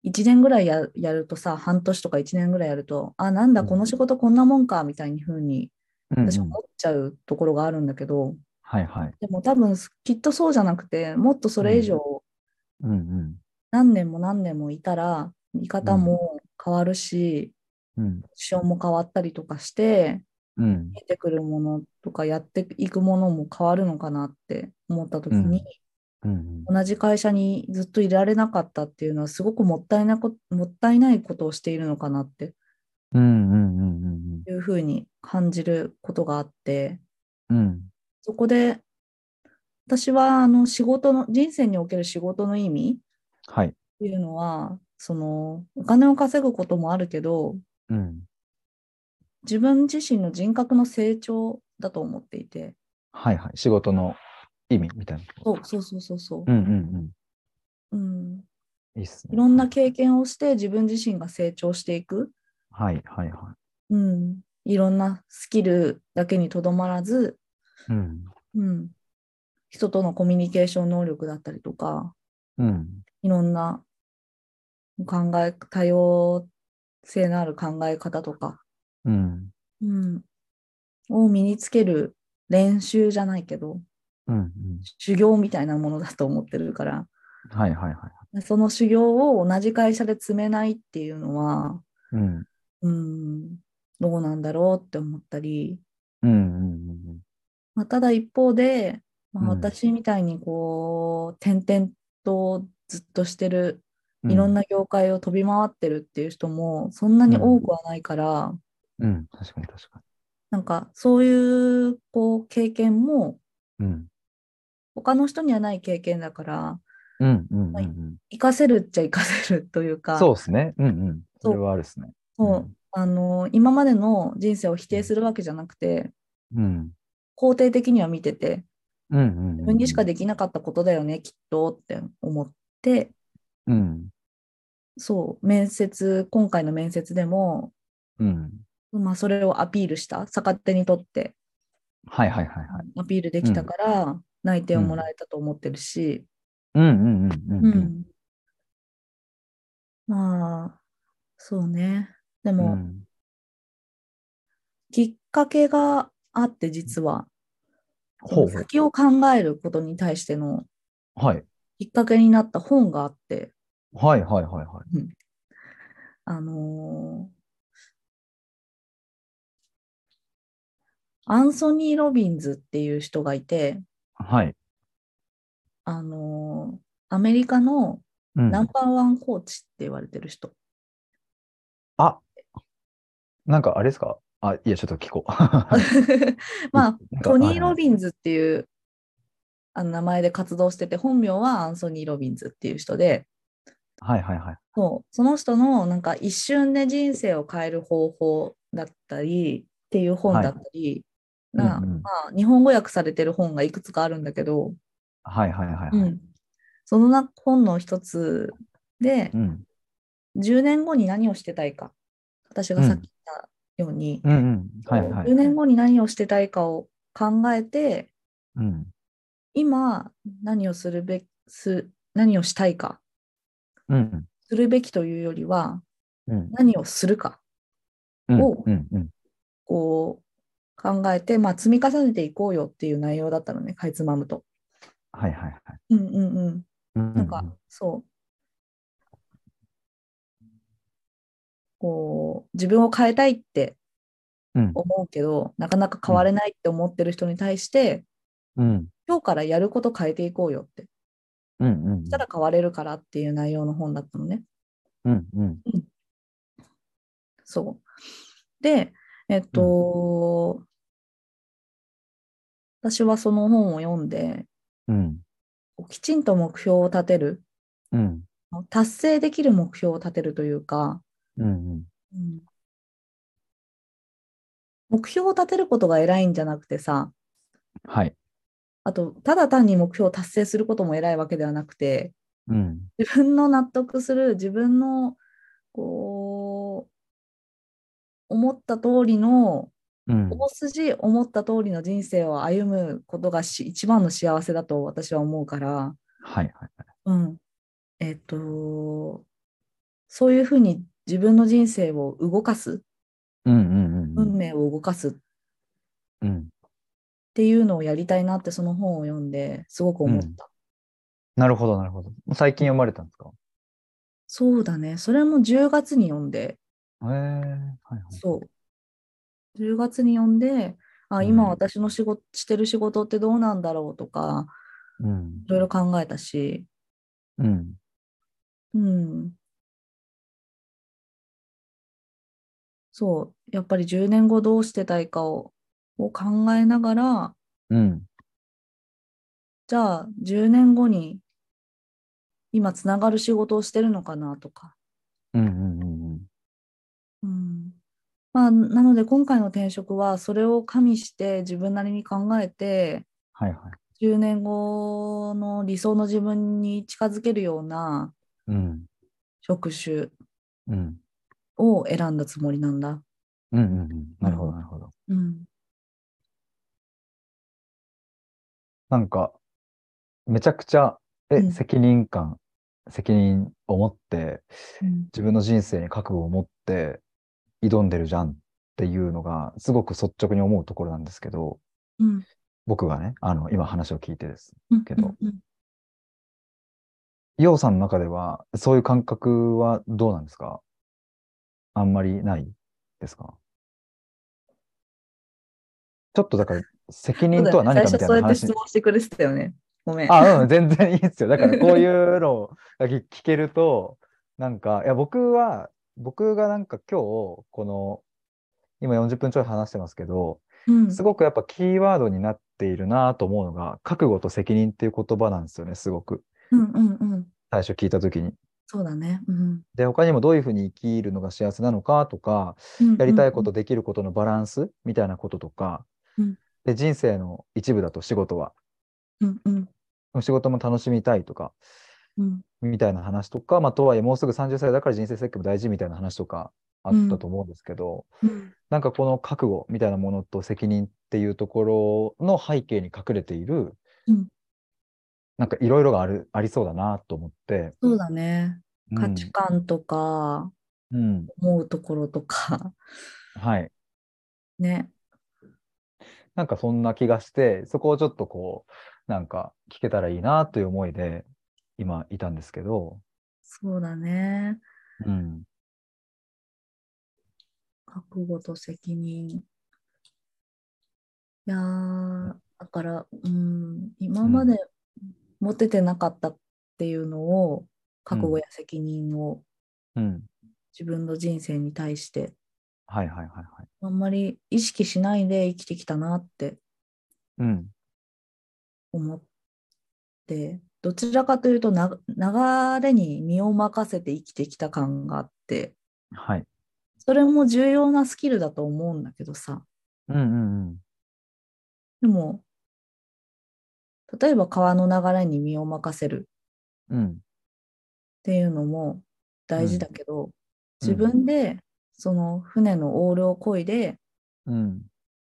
1年ぐらいややるとさ半年とか1年ぐらいやるとあなんだこの仕事こんなもんかみたいに風にうん、私思っちゃうところがあるんだけど、はい、はい。でも多分きっとそうじゃなくてもっとそれ以上うん、うん、何年も何年もいたら見方も変わるし、うん、ポジションも変わったりとかしてうん、出てくるものとかやっていくものも変わるのかなって思った時に、うん、同じ会社にずっといられなかったっていうのはすごくもったいなこもったいないことをしているのかなってうん、うん、うん、いうふうに感じることがあって。うん、そこで私はあの仕事の人生における仕事の意味はい。っていうのはそのお金を稼ぐこともあるけどうん、自分自身の人格の成長だと思っていてはい、はい。仕事の意味みたいな。そうそうそうそうそうう、ん、うん、うん、うん。いいっすね。いろんな経験をして自分自身が成長していく、はい、はい、はうん、いろんなスキルだけにとどまらず、い。うん、うん、人とのコミュニケーション能力だったりとかうん、いろんな考え、多様性のある考え方とか、うん、うん、を身につける練習じゃないけど、うん、修行みたいなものだと思ってるから、はい、はい、はい。その修行を同じ会社で積めないっていうのは、うん、うん、どうなんだろうって思ったり、うん、うん、まあ、ただ一方で、まあ、うん私みたいにこう、転々とずっとしてるうん。いろんな業界を飛び回ってるっていう人もそんなに多くはないから、うん、確かに確かなんかそういうこう経験もに。うん。他の人にはない経験だからうんうんうんうはいん。活かせるっちゃ活かせるというかそうですね。うんうん。そそうれはあるですね。そううんあの今までの人生を否定するわけじゃなくてうん。肯定的には見ててうんうんうん。自分にしかできなかったことだよねきっとって思ってうん。そう面接今回の面接でも、うん。まあ、それをアピールした逆手にとってはいはいはいはい。アピールできたから内定をもらえたと思ってるし、うんうんうんうんううん。んまあそうねでうも、んきっかけがあって実はそほのうほ先を考えることに対してのう。はい。きっかけになった本があってはいはいはいはい。あのーアンソニー・ロビンズっていう人がいて、はい。あのーアメリカのうんナンバーワンコーチって言われてる人。あ、なんかあれですかあ、いや、ちょっと聞 <laughs> こう。はいまあ、なんかトニはいー・はいロビンズっていうあの名前で活動してて、本名はアンソニー・ロビンズっていう人で、はいはい。そうその人のなんか一瞬で人生を変える方法だったりっていう本だったりが、うんうんまあ、日本語訳されてる本がいくつかあるんだけど、はいはいはういはい。ん、そのな本の一つでう、ん。 10年後に何をしてたいか、私がさっき言ったように、うんうん。はいはい10。年後に何をしてたいかを考えて、うん。今何をするべす何をしたいかうん。するべきというよりはうん。何をするかうんをうんうん。こう考えて、まあ、積み重ねていこうよっていう内容だったのねかいつまむと。はいはいはい。うんうんうん、ななんかそうこう自分を変えたいってうん思うけど、なかなか変われないって思ってる人に対して、うん今日からやること変えていこうよって、うんうんそしたら変われるからっていう内容の本だったのね。うんうんそう。で、えっと、私はその本を読んで、うんこうきちんと目標を立てる、うん達成できる目標を立てるというか、うんうん目標を立てることが偉いんじゃなくてさ、はいあと、ただ単に目標を達成することも偉いわけではなくて、うん自分の納得する、自分の、こう、思った通りのうん大筋思った通りの人生を歩むことがし一番の幸せだと私は思うから、はいはいうんえっとそういうふうに自分の人生を動かすうんうんうん運命を動かすっうんていうのをやりたいなってその本を読んですごく思った、うんなるほどなるほど最近読まれたんですかそうだねそれも10月に読んでへえはいはいそう10月に読んであう今ん私の仕事してる仕事ってどうなんだろうとかうんいろいろ考えたしうんうん。そう、やっぱり10年後どうしてたいかを、を考えながら、うんじゃあ10年後に今つながる仕事をしてるのかなとか。うんうんうんうん。まあ、なので今回の転職はそれを加味して自分なりに考えて、はいはい10年後の理想の自分に近づけるようなうん職種うんを選んだつもりなんだ。うんうんうんなるほどなるほどうん。なんか、めちゃくちゃ、え、うん責任感、責任を持って、うん自分の人生に覚悟を持って、挑んでるじゃんっていうのが、すごく率直に思うところなんですけど、うん僕がね、あの、今話を聞いてです。けどうんうんようさんの中では、そういう感覚はどうなんですかあんまりないですかちょっとだから、責任とは何かみたいなそうだよね最初そうやって話質に問してくれてたよね。ごめん。 <laughs> あ、うん、全然いいですよ。だからこういうのが聞聞けると、 <laughs> なんか、いや、僕は、僕がなんか今日、この、今40分ちょい話してますけど、うん、すごくやっぱキーワードになっているなと思うのが、覚悟と責任っていう言葉なんですよね、すごく。うんうんうん。最初聞いた時に。そうだね。うん、で、他にもどういうふうに生きるのが幸せなのかとか、やりたいこと、できることのバランスみたいなこととか、うんで人生の一部だと仕事はうんうん仕事も楽しみたいとかうんみたいな話とか、まあ、とはいえもうすぐ30歳だから人生設計も大事みたいな話とかあったと思うんですけど、うんなんかこの覚悟みたいなものと責任っていうところの背景に隠れている、うんなんかいろいろがあるありそうだなと思って、そうだね。うん価値観とか、うん思うところとか、はい、ね。なんかそんな気がして、そこをちょっとこう、なんか聞けたらいいなという思いで今いたんですけど、そうだね。うん、覚悟と責任。いやー、だから、うん、今まで持ててなかったっていうのを、覚悟や責任をうん、自分の人生に対してはいはいはいはい。あんまり意識しないで生きてきたなってうん、思って、どちらかというとな流れに身を任せて生きてきた感があって、はい。それも重要なスキルだと思うんだけどさ、うんうんうん。でも、例えば川の流れに身を任せるうん、っていうのも大事だけど、自分でその船のオールを漕いで、うん、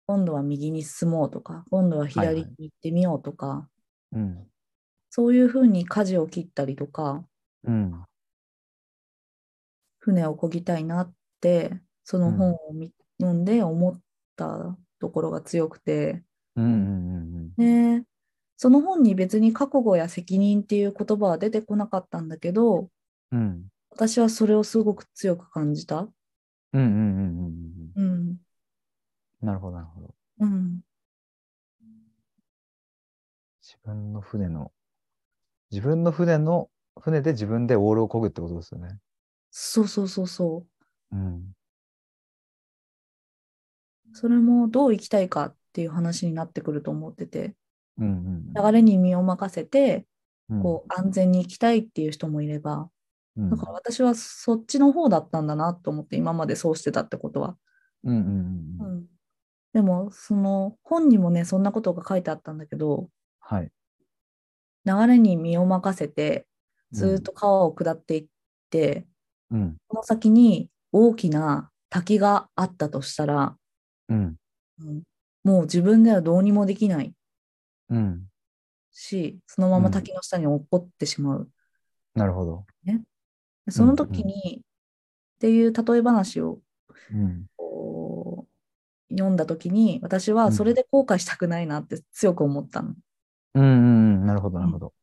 今度は右に進もうとか、今度は左に行ってみようとか、うん、そういうふうに舵を切ったりとか、うん、船を漕ぎたいなって、その本を見、読んで思ったところが強くて、うん、うん、で、その本に別に覚悟や責任っていう言葉は出てこなかったんだけど、うん、うん、私はそれをすごく強く感じた。うん、うん、うん、うん、うん。なるほど、なるほど。うん。自分の船の、自分の船の、船で自分でオールを漕ぐってことですよね。そうそうそうそう。うん。それもどう生きたいかっていう話になってくると思ってて、うんうん流れに身を任せて、うん。こう安全に生きたいっていう人もいれば、うん、だから私はそっちの方だったんだなと思って、今までそうしてたってことは。うんうんうん。うんでも、その本にもね、そんなことが書いてあったんだけど、はい。流れに身を任せて、ずっと川を下っていって、うん。その先に大きな滝があったとしたら、うん。うんもう自分ではどうにもできないうん。し、そのまま滝の下に落っこってしまう。なるほど。でその時に、っていう例え話をうん。こう読んだ時に、私はそれで後悔したくないなって強く思ったの。うんうんうん。なるほど、なるほど。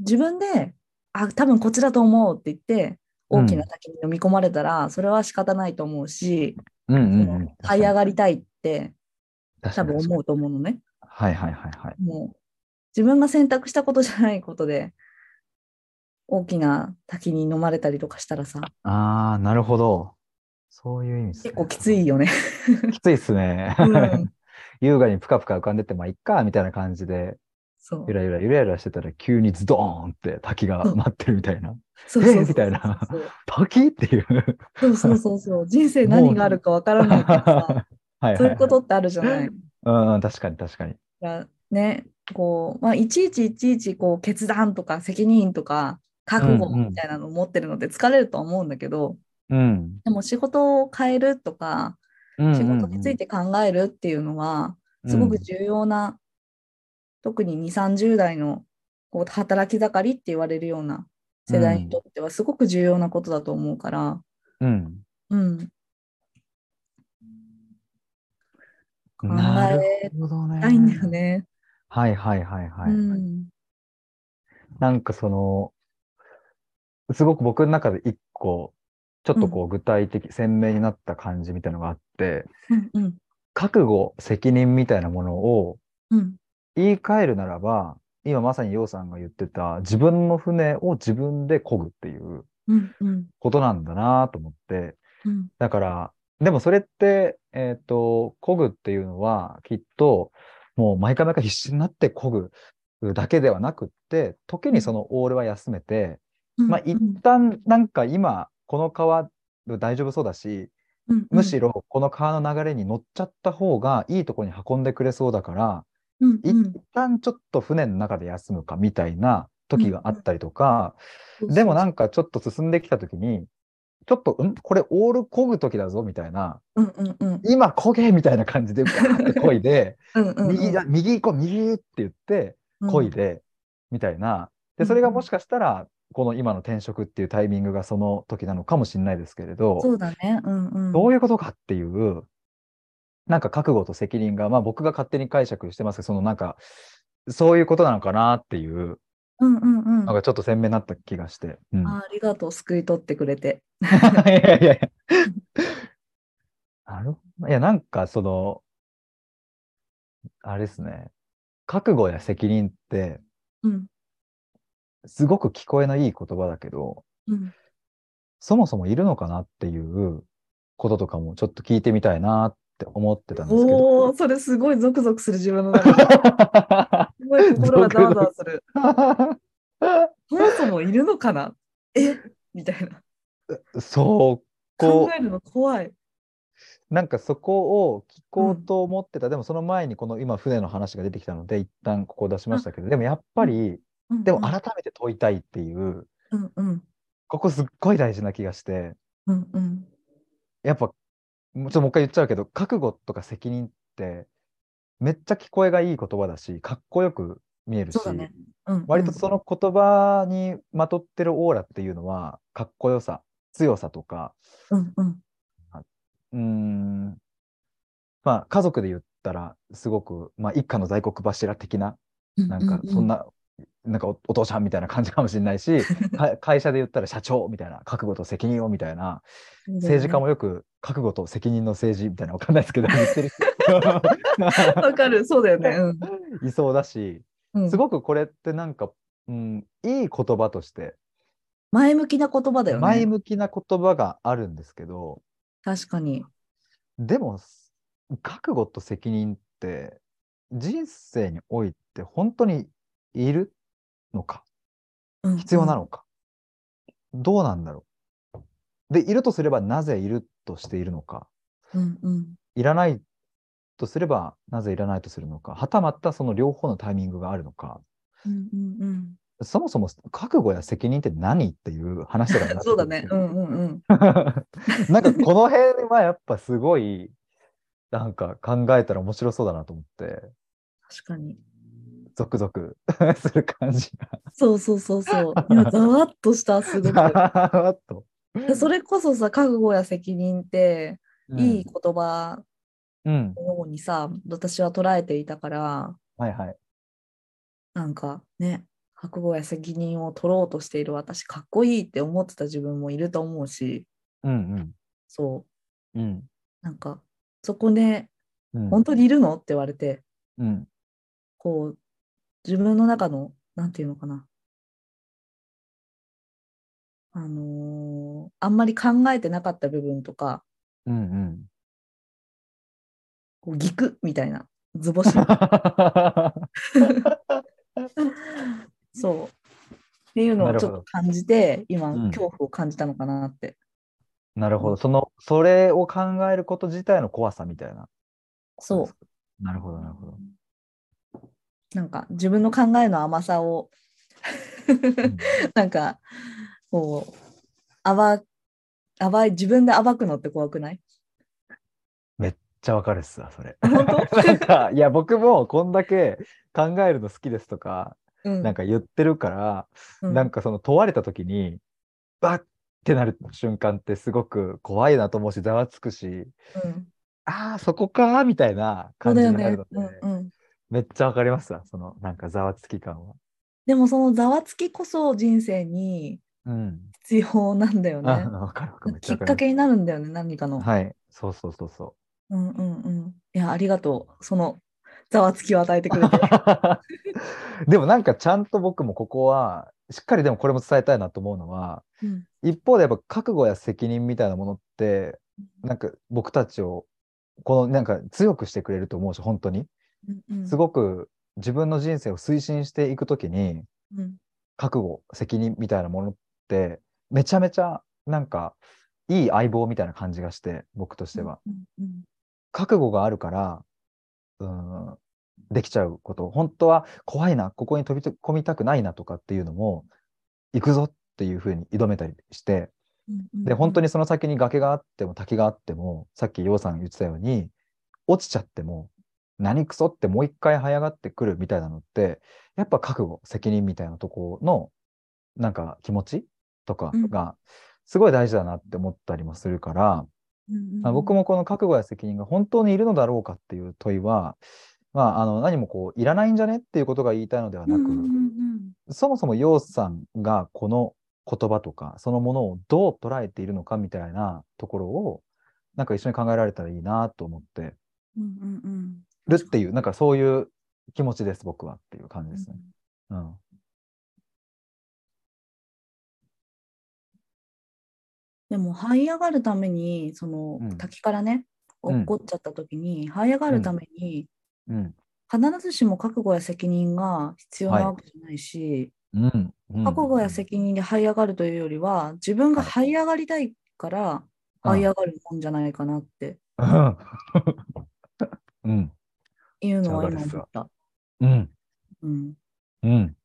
自分で、あ、多分こっちだと思うって言って、うん大きな滝に飲み込まれたら、それは仕方ないと思うし、うんうそんうんの。這い上ががりたいって確多かに分確かに思うと思うのね。はいはいはいはい。もう自分が選択したことじゃないことで大きな滝に飲まれたりとかしたらさああ、なるほど。そういう意味です、ね。結構きつい。よね。きついっすね。うん、優雅にぷかぷか浮かんでて、まあ、いっか、みたいな感じで、 <laughs> そうゆらゆらゆらゆらしてたら、急にズドーンって滝がそう待ってるみたいな。そうそうそうえーみたいなそう滝っていう。そうそうそうそう人生何があるかわからないからさ <laughs> はいはい、はい。そういうことってあるじゃない。だかうんうん、確かに確かに。らねこうまあ、いちいちいちいちこう決断とか責任とか覚悟うんうんみたいなのを持ってるので疲れるとは思うんだけど、うん。でも仕事を変えるとかうんうん仕事について考えるっていうのは、うんすごく重要な、特に2、30代のこう働き盛りって言われるような世代にとってはすごく重要なことだと思うから、うん。うん、考なるえほどね。たいんだよね。はいはいはいはい。うんなんかその、すごく僕の中で一個、ちょっとこう具体的、鮮明になった感じみたいのがあって、うんうん覚悟、責任みたいなものをうん言い換えるならば、今まさに陽さんが言ってた、自分の船を自分で漕ぐっていううんうんことなんだなと思って、うんだから、でもそれって、えっ、と、漕ぐっていうのは、きっと、もう毎回毎回必死になって漕ぐだけではなくって、時にそのオールは休めて、うんまあ、う一ん旦、なんか今、この川、大丈夫そうだし、うんうんむしろこの川の流れに乗っちゃった方がいいとこに運んでくれそうだから、うん一うん旦ちょっと船の中で休むかみたいな時があったりとか、そうでもなんかちょっと進んできた時に、ちょっと、んこれオール漕ぐ時だぞみたいな、うんうんうん今焦げみたいな感じで、わー <laughs> って漕いで、うんうん右だ、右行こう、右って言って、うん漕いで、みたいな。うで、んそれがもしかしたら、この今の転職っていうタイミングがその時なのかもしれないですけれど、そうだね。うんうんどういうことかっていう、なんか覚悟と責任が、まあ僕が勝手に解釈してますけど、そのなんか、そういうことなのかなっていううんうんうんのがちょっと鮮明になった気がして。うん、あありがとう救い取ってくれて。 <laughs> いやいやいや。なるほど。いや、なんかその、あれですね。覚悟や責任って、うんすごく聞こえのいい言葉だけど、うんそもそもいるのかなっていうこととかもちょっと聞いてみたいなって思ってたんですけど。おおーそれすごいゾクゾクする自分の中 <laughs> ですごい心がざわざわする。そもそもいるのかなえみたいな。 <laughs> そう、こ考えるの怖い。う、なんかそこを聞こうと思ってた。でもその前にこの今船の話が出てきたので、一旦ここ出しましたけど、でもやっぱり、うんうんでも改めて問いたいっていう、うんうんここすっごい大事な気がして、うんうんやっぱ、もうちょっともう一回言っちゃうけど、覚悟とか責任って、めっちゃ聞こえがいい言葉だし、かっこよく見えるしそう、だね。うんうん割とその言葉にまとってるオーラっていうのは、かっこよさ、強さとか、うんうんうーん、まあ家族で言ったら、すごく、まあ一家の大黒柱的な、うんなんかそんな、なんかおお父さんみたいな感じかもしれない <laughs> し、か会社で言ったら社長みたいな、覚悟と責任をみたいな、政治家もよく覚悟と責任の政治みたいなわかんないですけど、言ってるわかる、そうだよね。人 <laughs> いそうだし、うんうんすごくこれってなんか、うん、いい言葉として、前向きな言葉だよ前ね。向きな言葉があるんですけど、確かに。でも、覚悟と責任って、人生において本当にいるのかうん必要なのか、どうなんだろうで、いるとすればなぜいるとしているのかうんうんいらないとすればなぜいらないとするのかはたまたその両方のタイミングがあるのかうんうんうんそもそも覚悟や責任って何っていう話だから <laughs> そうだね。うんうんうん。 <laughs> なんかこの辺はやっぱすごい、なんか考えたら面白そうだなと思って、確かに。ゾクゾク <laughs> する感じそうそうそうそう。 <laughs> いやざわっとした、すごく。が。とそれこそさ、覚悟や責任って、いい言葉うん。うん。のようにさ、私は捉えていたから、はいはい。なんかね、覚悟や責任を取ろうとしている私、かっこいいって思ってた自分もいると思うし、うんそう、うん。うん。なんか、そこで、うん本当にいるのって言われて、うん。こう、自分の中の、なんていうのかな。あのーあんまり考えてなかった部分とか、うんうん。 <laughs> こうギクみたいな、図 <laughs> 星。そう。っていうのなをるちほょどっと感じて、今、うん恐怖を感じたのかなって。なるほど。その、それを考えること自体の怖さみたいな。そう。う。なるほど、なるほど。なんか自分の考えの甘さをうんなんかこう暴暴い自分で暴くのって怖 <laughs> くないめっちゃわかるっすわ、それ。 <laughs> 本当なんか、いや、僕もこんだけ考えるの好きですとか、うんなんか言ってるから、うなんかその問われた時に、バッってなる瞬間ってすごく怖いなと思うし、ざわつくし、うんああ、そこかーみたいなそ感うだじよになねるので、うんうんめっちゃわかりますわ、そのなんかざわつき感は。でもそのざわつきこそ人生にうん。必要なんだよあね。わかるわかる。めちきゃわっかかりけになるんだよね何かの。ますはい。そうそうそうそう。 <laughs> うんうんうん。いやありがとうそのざわつきを与えてく <laughs> れて。でもなんかちゃんと僕もここはしっかりでもこれも伝えたいなと思うのはうん一方でやっぱ覚悟や責任みたいなものってなんか僕たちをこのなんか強くしてくれると思うし本当にうんうんすごく自分の人生を推進していく時にうん覚悟責任みたいなものってめちゃめちゃなんかいい相棒みたいな感じがして僕としては。うんうん覚悟があるから、うん、できちゃうこと、本当は怖いな、ここに飛び込みたくないなとかっていうのも、行くぞっていうふうに挑めたりして、うんうんで、本当にその先に崖があっても滝があっても、さっき洋さんが言ってたように、落ちちゃっても、何クソってもう一回這い上がってくるみたいなのって、やっぱ覚悟、責任みたいなとこの、なんか気持ちとかが、すごい大事だなって思ったりもするから、うんうんまあ、僕もこの覚悟や責任が本当にいるのだろうかっていう問いは、まあ、あの何もこういらないんじゃねっていうことが言いたいのではなく、うんうんうんそもそも陽さんがこの言葉とかそのものをどう捉えているのかみたいなところをなんか一緒に考えられたらいいなと思ってうんうんうんるっていうなんかそういう気持ちです僕はっていう感じですね。うんでも這い上がるためにその、うん滝からねうん落っこっちゃった時に、這い上がるために、うん必ずしも覚悟や責任が必要なわけじゃないし、うんうん、覚悟や責任で這い上がるというよりは自分が這い上がりたいからうん這い上がるもんじゃないかなって任、うんいうのは上が今るっす思わった。うんうん、うん、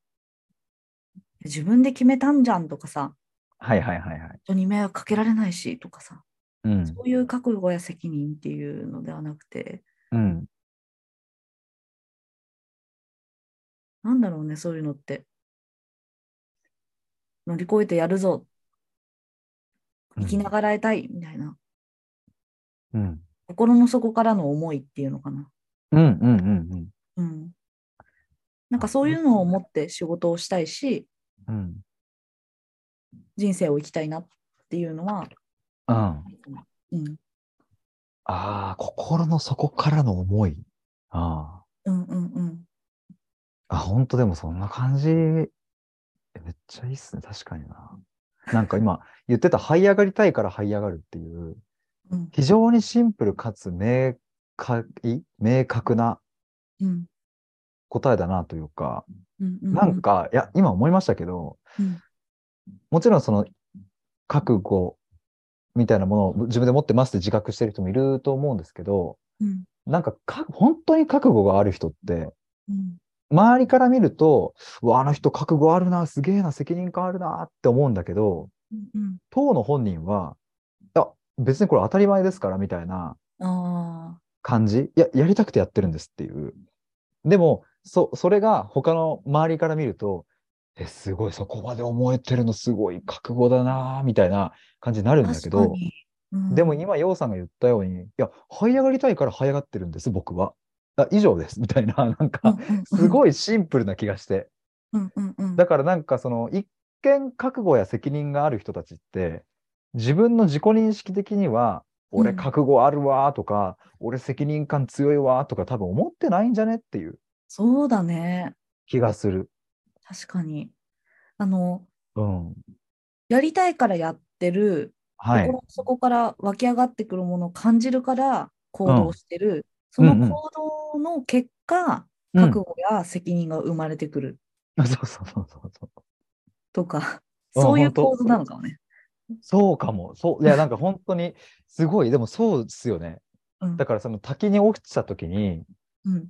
自分で決めたんじゃんとかさはいはいはいはい。人に迷惑かけられないしとかさうんそういう覚悟や責任っていうのではなくてうんなんだろうね、そういうのって。乗り越えてやるぞ、うん生きながらえたい、みたいな。うん心の底からの思いっていうのかな。うんうんうんうん。なんかそういうのを持って仕事をしたいし、うんうん人生を生きたいなっていうのは、うんうん。ああ、心の底からの思い。あうんうんうん。あ。あ、ほんとでもそんな感じ。えめっちゃいいっすね。確かにな。なんか今言ってた、這い上がりたいから這い上がるっていう、うん非常にシンプルかつ明確、明確なうん答えだなというか、うんうなんか、いや、今思いましたけど、うんもちろんその、覚悟みたいなものを自分で持ってますって自覚してる人もいると思うんですけど、うんなんかか、本当に覚悟がある人って、うん周りから見ると、うわ、あの人覚悟あるな、すげえな、責任感あるなって思うんだけど、うん当の本人は、あ、別にこれ当たり前ですから、みたいなうん。ああ。感じ。いや、やりたくてやってるんですっていう。でも、そ、それが他の周りから見ると、え、すごい、そこまで思えてるのすごい覚悟だなみたいな感じになるんだけ確どか、にうんでも今、ようさんが言ったように、いや、這い上がりたいから這い上がってるんです、僕は。あ、以上です、みたいな、なんか、すい。ごいシンプルな気がして。うんうんうん。だからなんかその一見覚悟や責任がある人たちって自分の自己認識的にはうん俺覚悟あるわとか、俺責任感強いわとか多分思ってないんじゃねっていうそうだね。気がする。確かに。あの、うん。やりたいからやってる、はい心。の底から湧き上がってくるものを感じるから行動してる、うそんの行動の結果、うん覚悟や責任が生まれてくるそう <laughs> そうそうそうそう。とか、うんそういう本当構図なのかもね。そうかも。そう。いやなんか本当にすごい。でもそうですよね。うんだからその滝に落ちた時にうん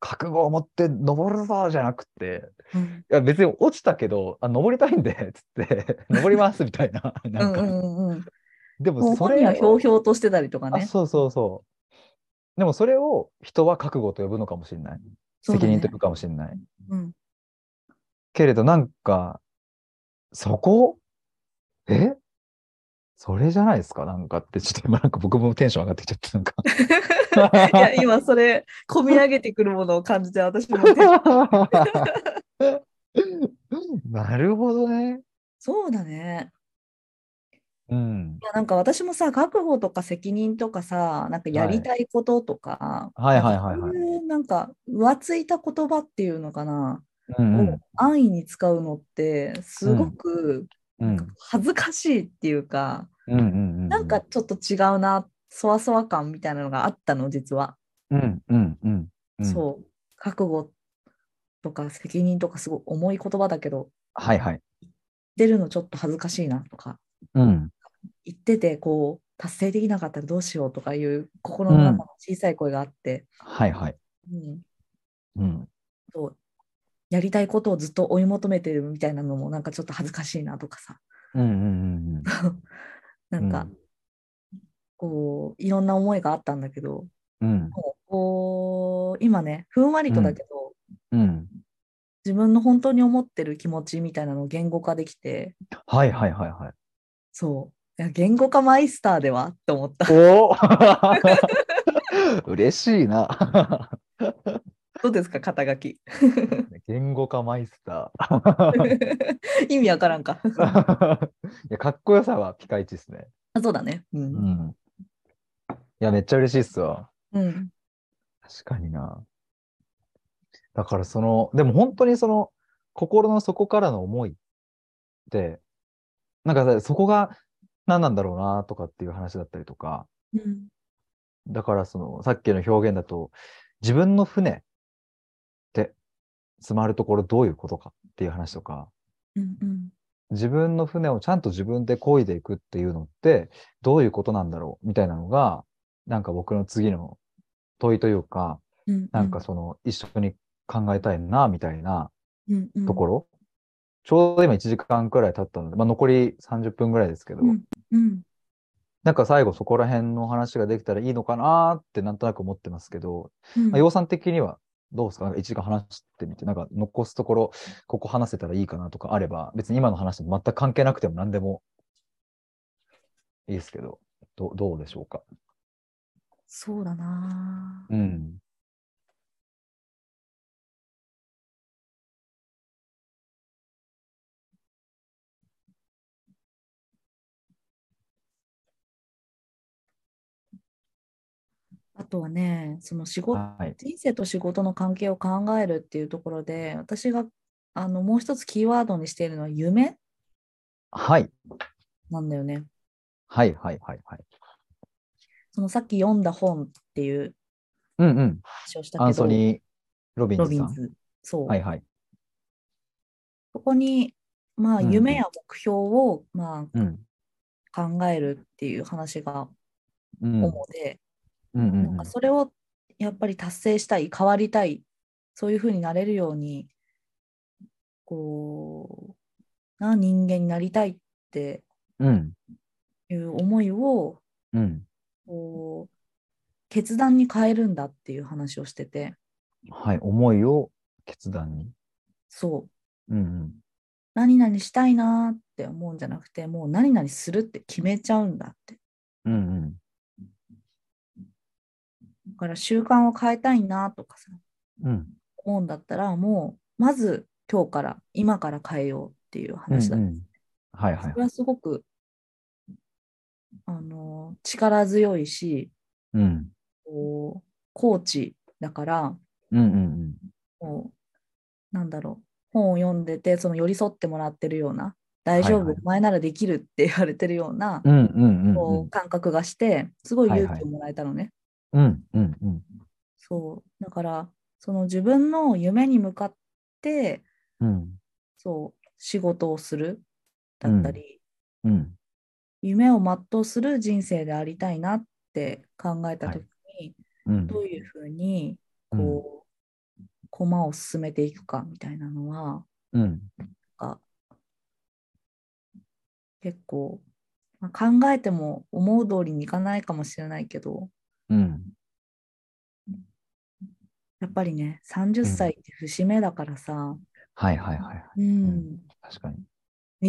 覚悟を持って登るぞじゃなくて、うんいや別に落ちたけど、あ、登りたいんで、つって、登りますみたいな。 <laughs> うなんんか、うんうんでももうそ本れ人はをひょうひょうとしてたりとかあね。そうそうそう。でもそれを人は覚悟と呼ぶのかもしれない。そうだ責ね任と呼ぶかもしれない。 <laughs> うんけれどなんか、そこえそれじゃないですかなんかって、ちょっと今なんか僕もテンション上がってきちゃって、なんか。 <laughs> いや、今それ、込み上げてくるものを感じて、私も <laughs> ねなるほどね。そうだね。うん。いやなんか私もさ、覚悟とか責任とかさ、なんかやりたいこととか、はいはいはいそはうい。いうなんか浮ついた言葉っていうのかな、うんうんを安易に使うのってすごくうん恥ずかしいっていうか、うんうんうん。なんか、ちょっと違うな、そわそわ感みたいなのがあったの、実は。うんうんうんうん。う。そう、覚悟とか責任とかすごい重い言葉だけど、はいはい。出るのちょっと恥ずかしいなとか、うん。言っててこう達成できなかったらどうしようとかいう心の中の小さい声があって、はいはい。うんうん。そうやりたいことをずっと追い求めてるみたいなのもなんかちょっと恥ずかしいなとかさうんうんうんうん。なんかこういろんな思いがあったんだけどうん。もうこう今ねふんわりとだけど、うん。自分の本当に思ってる気持ちみたいなのを言語化できてはいはいはいはい。そういや言語化マイスターではと思った <laughs> おお <laughs> 嬉しいな。どうですか肩 <laughs> 書き言語化マイスター。意味わからんか <laughs> いや、かっこよさはピカイチですね。あそうだねうんん。いや、めっちゃ嬉しいっすわ。うん確かにな。だからその、でも本当にその、心の底からの思いって、なんかさそこが何なんだろうなとかっていう話だったりとか、うんだからその、さっきの表現だと、自分の船って、詰まるところどういうことかっていう話とか、うんうん自分の船をちゃんと自分で漕いでいくっていうのって、どういうことなんだろうみたいなのが、なんか僕の次の問いというか、うんなんかその、一緒に考えたいな、みたいなうんうんところ。ちょうど今1時間くらい経ったので、まあ残り30分くらいですけど、うんうんなんか最後そこら辺の話ができたらいいのかなーってなんとなく思ってますけど、うんまあ、洋さん的にはどうですかなんか1時間話してみて、なんか残すところ、ここ話せたらいいかなとかあれば、別に今の話と全く関係なくても何でもいいですけど、どどうでしょうか。そうだなあうん。あとはね、その仕事、はい。人生と仕事の関係を考えるっていうところで、私があのもう一つキーワードにしているのは夢はい。なんだよね。はい。はい。はい。はい。そのさっき読んだ本っていううんうん。話をしたけど、アンソニー・ロビンロズビさンん。ズ。そう。はい。はい。ここに、まあ、うん夢や目標を、まうん。あ、考えるっていう話がうん。うん主で、うんなんうんか。それをやっぱり達成したい、変わりたい、そういうふうになれるように、こう、な人間になりたいってうん。いう思いを、うん。こう、決断に変えるんだっていう話をしてて、はい。思いを決断に。そう、うんうん。何々したいなって思うんじゃなくて、もう何々するって決めちゃうんだって。うんうん。だから習慣を変えたいなとかさ、うん。思うんだったら、もう、まず今日から、今から変えようっていう話だうんうんはいはいそれ。はすごく、あの、力強いし、うん。こう、コーチだから、うんうんもう、なんだろう、本を読んでて、その寄り添ってもらってるような、大丈夫、はいはいお前ならできるって言われてるような、うん。うんうんうんこう。うん感覚がして、すごいはい勇はい気をもらえたのね。うんうんうん。そう、だから、その自分の夢に向かって、うんそう、仕事をするだったり、うん。夢を全うする人生でありたいなって考えたはい時に、うん。どういうふうにうんこう、駒を進めていくかみたいなのはうん。なんか結構、まあ考えても思う通りにいかないかもしれないけどうん。やっぱりね30歳って節目だからさ、はいはいはいはい。うん確かに。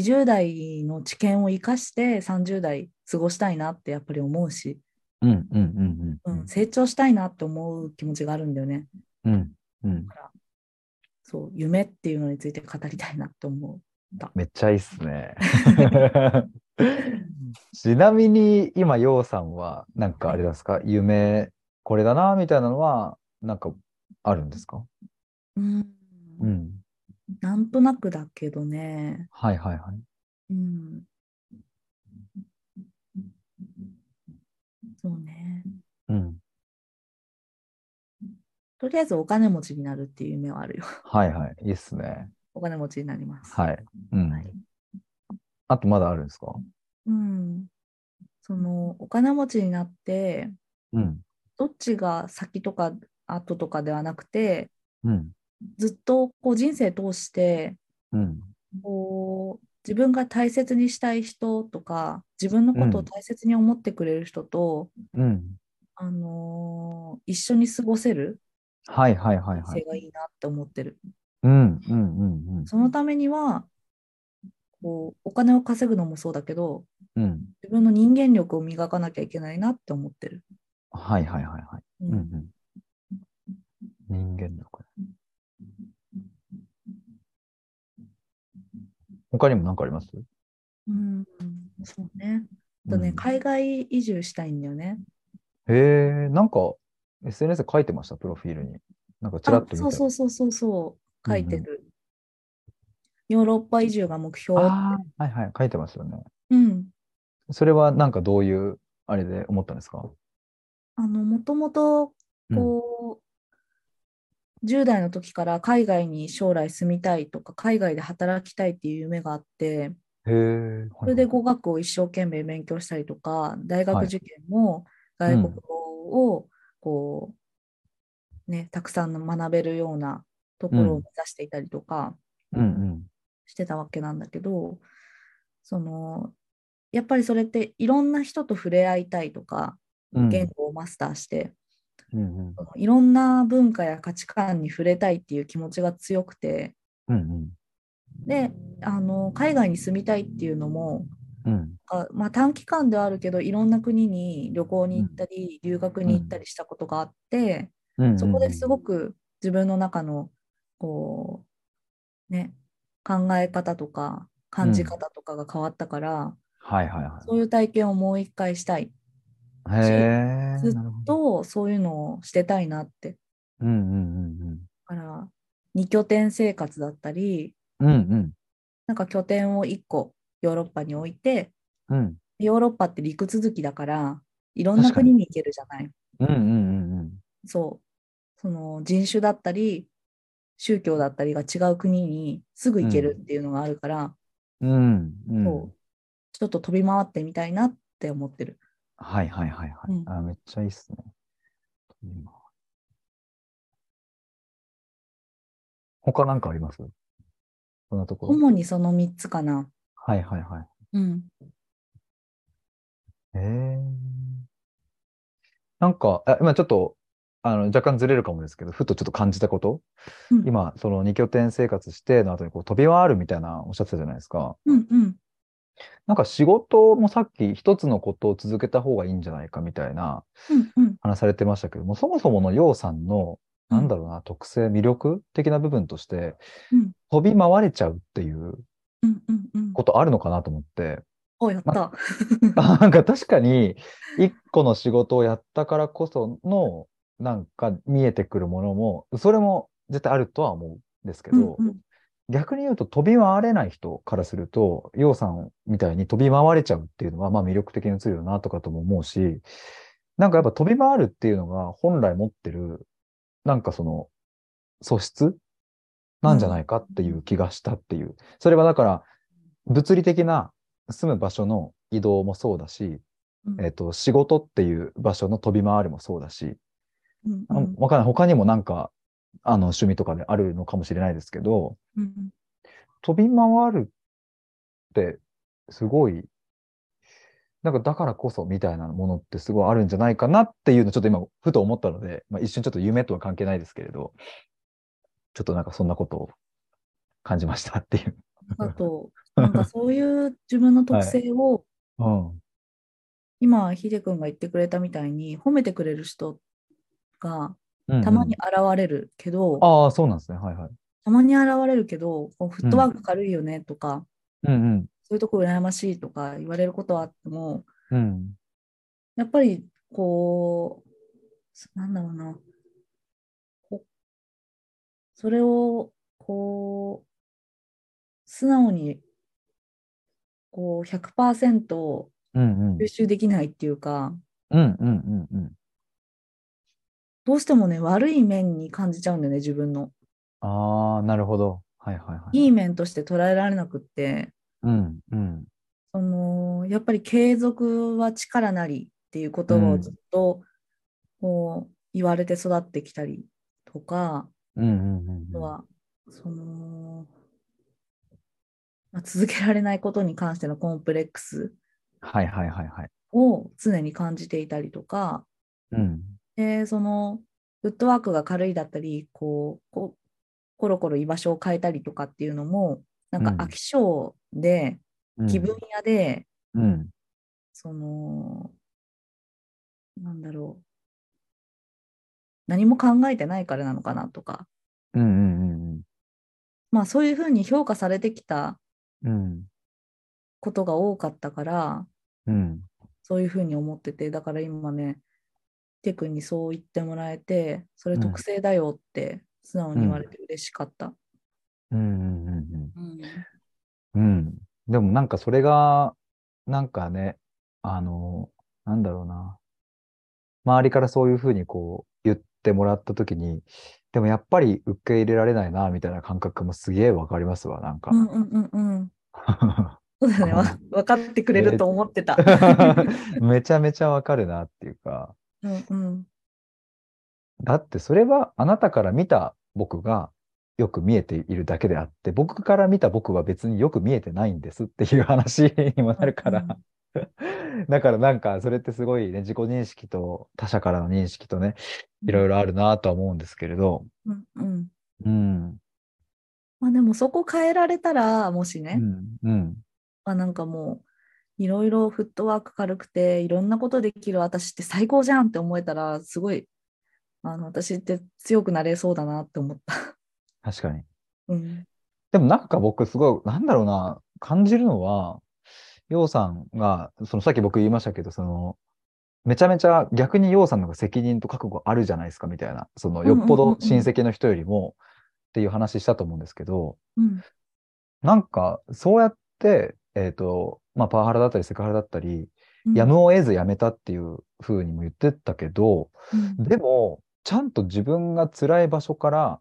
20代の知見を生かして30代過ごしたいなってやっぱり思うし、うんうんうんう。うんん、成長したいなって思う気持ちがあるんだよね。うんうん。そう夢っていうのについて語りたいなって思う。めっちゃいいっす <laughs> ね。ちなみに今、ようさんは、なんかあれですか、夢、これだな、みたいなのは、なんかあるんですかうんうん。なんとなくだけどね、はいはいはい。うん、そうねうん。とりあえずお金持ちになるっていう夢はあるよ <laughs> はいはい。いいっすね。お金持ちになりますはい。うはんい。あとまだあるんですかうん、そのお金持ちになってうん。どっちが先とか後とかではなくてうん。ずっとこう人生通してうん。こう自分が大切にしたい人とか自分のことを大切に思ってくれる人と、うん。あのー一緒に過ごせるはいはいはいは人生い。がいいなって思ってる、うんうんうんうん。そのためにはこうお金を稼ぐのもそうだけどうん。自分の人間力を磨かなきゃいけないなって思ってる、はいはいはいはい。ううんうん。人間力。他にも何かありますうんそうねあとね、うん海外移住したいんだよねへえ、なんか SNS で書いてました、プロフィールに。なんかちらあっと見たそうそうそうそうそう書いてる、ヨーロッパ移住が目標ってあーはいはい、書いてますよね。うんそれはなんかどういう、あれで思ったんですかあの、もともと、うんこう、10代の時から海外に将来住みたいとか、海外で働きたいっていう夢があって、へえ。それはでい語学を一生懸命勉強したりとか、大は学い受験も外うん国語を、こう、ね、たくさん学べるようなところをう目指していたりとかはいうんしてたわけなんだけど、その、やっぱりそれっていろんな人と触れ合いたいとか、うん。言語をマスターして、うんうんそのいろんな文化や価値観に触れたいっていう気持ちが強くてうんうんであの海外に住みたいっていうのもうんあ、まあ、短期間ではあるけどいろんな国に旅行に行ったり、留学に行ったりしたことがあって、うん。そこですく。ごく自分の中のこう、ね、考え方とか感じ方とかが変わったから、はいはいはい。そういう体験をもう一回したいっへえ。ずっなるほど。とそういうのをしてたいなって。うんうんうんだから2拠点生活だったりうん。うんなんか拠点を1個ヨーロッパに置いてうん。うんヨーロッパって陸続きだからいろんな確かに国に行けるじゃない。うんうんうんそうその人種だったり宗教だったりが違う国にすぐ行けるっていうのがあるから、うん。うんうん。そうちょっと飛び回ってみたいなって思ってる。はいはいはいはい。うんあめっちゃいいっすね。今他なんかありますこんなところ。主にその3つかな。はいはいはい。うん、ええなんか、あ今ちょっと、あの、若干ずれるかもですけど、ふとちょっと感じたこと、うん今、その2拠点生活しての後にこう飛び回るみたいなおっしゃってたじゃないですか。うん、うん、なんか仕事もさっき一つのことを続けた方がいいんじゃないかみたいなうん、うん、話されてましたけども、そもそものようさんの、なんだろうな、特性、魅力的な部分として、うん飛び回れちゃうっていううん、うん、うん。ことあるのかなと思って、おやった。あ <laughs> なんか確かに、一個の仕事をやったからこその、なんか見えてくるものも、それも絶対あるとは思うんですけど、うんうん逆に言うと飛び回れない人からすると、ようさんみたいに飛び回れちゃうっていうのは、まあ魅力的に映るよなとかとも思うし、なんかやっぱ飛び回るっていうのが本来持ってる、なんかその素質なんじゃないかっていう気がしたっていう。それはだから、物理的な住む場所の移動もそうだし、うんえっ、と、仕事っていう場所の飛び回りもそうだし、うんあわかんない。他にもなんか、あの、趣味とかであるのかもしれないですけど、うん飛び回るってすごい、なんかだからこそみたいなものってすごいあるんじゃないかなっていうのをちょっと今ふと思ったので、まあ、一瞬ちょっと夢とは関係ないですけれど、ちょっとなんかそんなことを感じましたっていう。あと、なんかそういう自分の特性 <laughs> を、 <laughs> うん。今、ヒデ君が言ってくれたみたいに、褒めてくれる人がうんうんたまに。現れるけど、ああ、そうなんですね。はいはい。たまに現れるけど、こうフットワーク軽いよねとか、うんそういうとこ羨ましいとか言われることはあっても、うん。うん。やっぱりこう、なんだろうな、こそれをこう、素直にこう100%うんうん。吸収できないっていうか、うんうんうんうん。どうしてもね、悪い面に感じちゃうんだよね、自分の。ああ、なるほど。はいはいはい。いい面として捉えられなくって、うんうん。そのやっぱり継続は力なりっていう言葉をずっとこう言われて育ってきたりとか、うんうんうんあうとん。はその、まあ、続けられないことに関してのコンプレックスはいはいはいはい。を常に感じていたりとかうん。でそのフットワークが軽いだったりこうこうコロコロ居場所を変えたりとかっていうのもなんかうん飽き性で、うん気分屋で、うん。その、なんだろう。何も考えてないからなのかなとか、うんうんうんうん。まあそういうふうに評価されてきたうん。ことが多かったから、うん。そういうふうに思ってて、だから今ね、テ君にそう言ってもらえて、そうれん特性だよって素直に言われて嬉しかった。うんうんうんうん。うん。うん。でもなんかそれが、なんかね、あの、なんだろうな。周りからそういうふうにこう言ってもらったときに、でもやっぱり受け入れられないな、みたいな感覚もすげえわかりますわ、なんかう。んうんうんうん。そうだよね、わ分かってくれると思ってた。めちゃめちゃわかるなっていうか。うんうん。だってそれはあなたから見た僕がよく見えているだけであって、僕から見た僕は別によく見えてないんですっていう話にもなるから。 <laughs> だからなんかそれってすごいね、自己認識と他者からの認識とね、いろいろあるなとは思うんですけれど。うんうん。うん。まあでもそこ変えられたら、もしね、うん。うん。あなんかもういろいろフットワーク軽くていろんなことできる私って最高じゃんって思えたらすごいあの私って強くなれそうだなって思った。 <laughs> 確かに。うん、でもなんか僕すごい、なんだろうな、感じるのは、ようさんが、そのさっき僕言いましたけど、その、めちゃめちゃ逆に楊さんの方が責任と覚悟あるじゃないですかみたいな、そのうんうんようんっぽど親戚の人よりもっていう話したと思うんですけど、うんなんかそうやって、えっ、と、まあパワハラだったりセクハラだったり、うんやむを得ずやめたっていう風にも言ってたけど、うんでも、ちゃんと自分が辛い場所から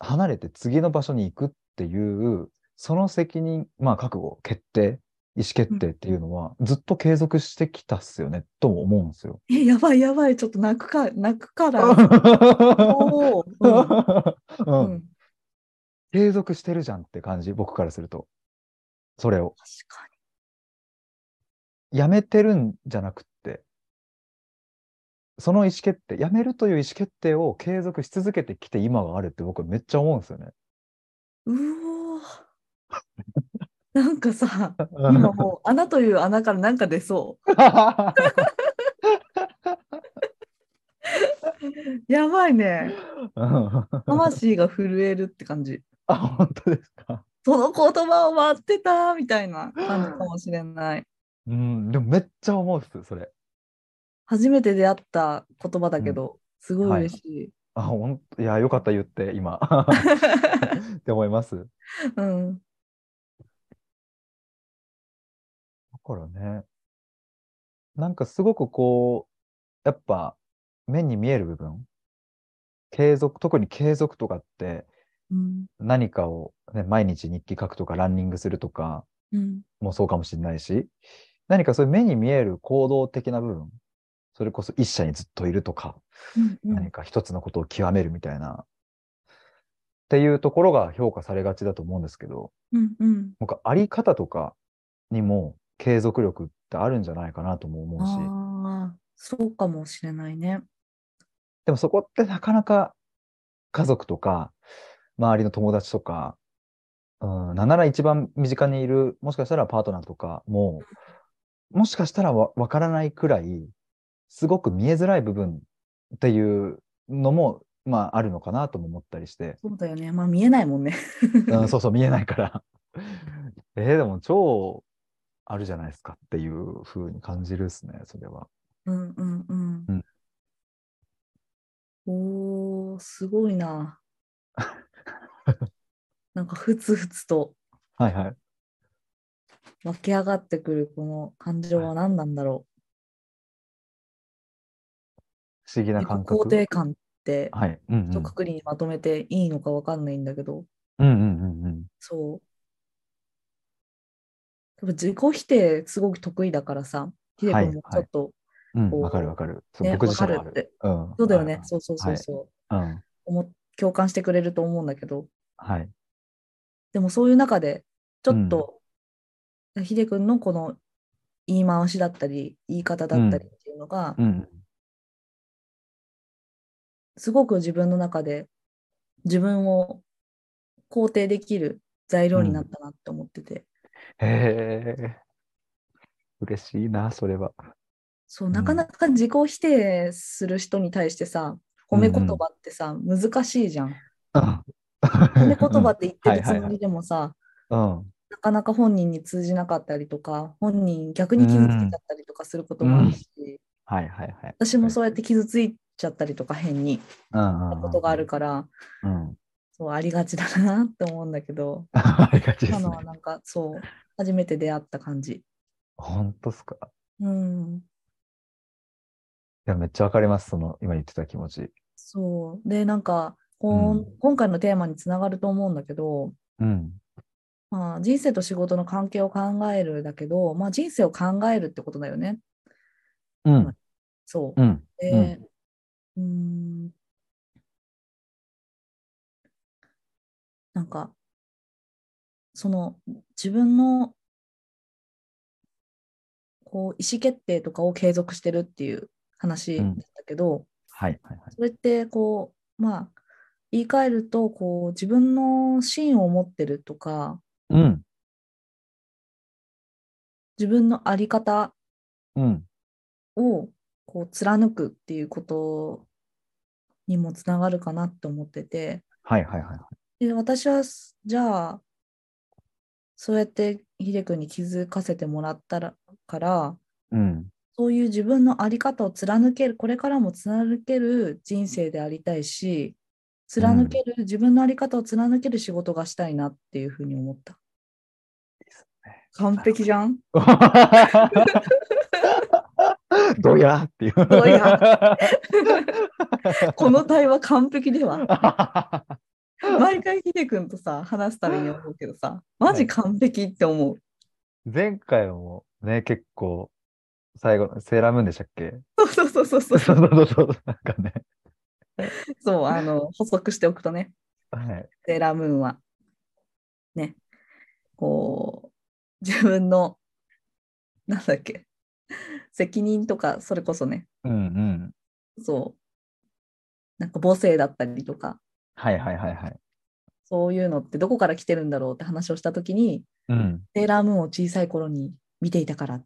離れて次の場所に行くっていう、その責任、まあ覚悟、決定、意思決定っていうのは、ずっと継続してきたっすよね、とも思うんですよ。え、やばいやばい、ちょっと泣くか、泣くから。おーうんううんん、継続してるじゃんって感じ、僕からすると。それを。確かやめてるんじゃなくって、その意思決定、やめるという意思決定を継続し続けてきて今があるって僕めっちゃ思うんですよね。に。うおー。なんかさ、今もう穴という穴からなんか出そう。やば <laughs> いね。魂が震えるって感じ。あ、本当ですか。その言葉を待ってたみた <laughs> いな感じかもしれない。うん、でもめっちゃ思うっす、それ。初めて出会った言葉だけど、すごい嬉しい。あ、ほんと、いや、よかった、言って、今。って思います。だうん。からね、なんかすごくこう、やっぱ、目に見える部分、継続、特に継続とかって、うん。何かを、ね、毎日日記書くとか、ランニングするとか、うん。もそうかもしれないし、何かそういう目に見える行動的な部分、それこそ一社にずっといるとか、うんうん何か一つのことを極めるみたいな、っていうところが評価されがちだと思うんですけど、うん。うん。なんかあり方とかにも継続力ってあるんじゃないかなとも思うし、ああ、そうかもしれないね。でもそこってなかなか家族とか、周りの友達とか、うん、なんなら一番身近にいる、もしかしたらパートナーとかも、もしかしたらわわからないくらい、すごく見えづらい部分っていうのも、まああるのかなとも思ったりして、そうだよね。まあ見えないもんね。 <laughs> うん、そうそう見えないから。 <laughs> えー、でも超あるじゃないですかっていう風に感じるっすね、それは。うんうんうん。うんおー、すご <laughs> いな。なんかふつふつとはいはい。湧き上がってくるこの感情は何なんだろ不思議う。な自己感覚。肯定感って、はい。うんうん、一括りにまとめていいのかわかんないんだけど、うんうんうんうん。そう。多分自己否定すごく得意だからさ、ひではい君もちょっと、うん、こうわかるわかる。そうね僕自身もあわかるる。ってうん、そうだよね、あるそうそうそうそう。あるうん、思共感してくれると思うんだけどはい。でもそういう中でちょっと、ヒデ君のこの言い回しだったり言い方だったりっていうのが、うん。すごく自分の中で自分を肯定できる材料になったなって思ってて、へえ。嬉しいな、それは。そううんなかなか自己否定する人に対してさ褒め言葉ってさ、難しいじゃん。うん。褒め言葉って言ってるはい <laughs> はいはついもりでもさ、うん。なかなか本人に通じなかったりとか、本人逆に傷ついちゃったりとかすることもあるし、はいはいはい。私もそうやって傷ついちゃったりとか変にうんうんうんことがある。から、うん。 <laughs> そうありがちだなって思うんだけど、ありがちで今すのねは。なんかそう、初めて出会った感じ。本当っすか。いうん、や、めっちゃわかります、その、今言ってた気持ち。そう。で、なんか、こううん今回のテーマにつながると思うんだけど、うん。まあ、人生と仕事の関係を考えるだけど、まあ、人生を考えるってことだよね。うん。そう。うん。で、うーん、なんか、その自分のこう意思決定とかを継続してるっていう話うだんったけど、はいはいはい。それってこう、まあ、言い換えるとこう自分の芯を持ってるとかうん。自分の在り方うん。をこう貫くっていうことにもつながるかなって思っててはいはいはい。で私はすじゃあそうやってヒデ君に気づかせてもらったらから <laughs> うん。そういう自分の在り方を貫ける、これからも貫ける人生でありたいし、貫ける、自分の在り方を貫ける仕事がしたいなっていうふうに思った。完璧じゃん <laughs> どうやっていう。どうやこの対話完璧では。毎回ヒデ君とさ、話すために思うけどさ、マジ完璧って思う。 <laughs> 前回もね、結構、最後の、セーラームーンでしたっけそうそうそうそそうう。そうそうそう。なんかね。そう、あの、補足しておくとね、はい。セーラームーンは、ね、こう、自分の、なんだっけ、責任とか、それこそね、うんうん。そう、なんか母性だったりとか、はいはいはいはい。そういうのってどこから来てるんだろうって話をしたときに、うん。セーラームーンを小さい頃に見ていたから、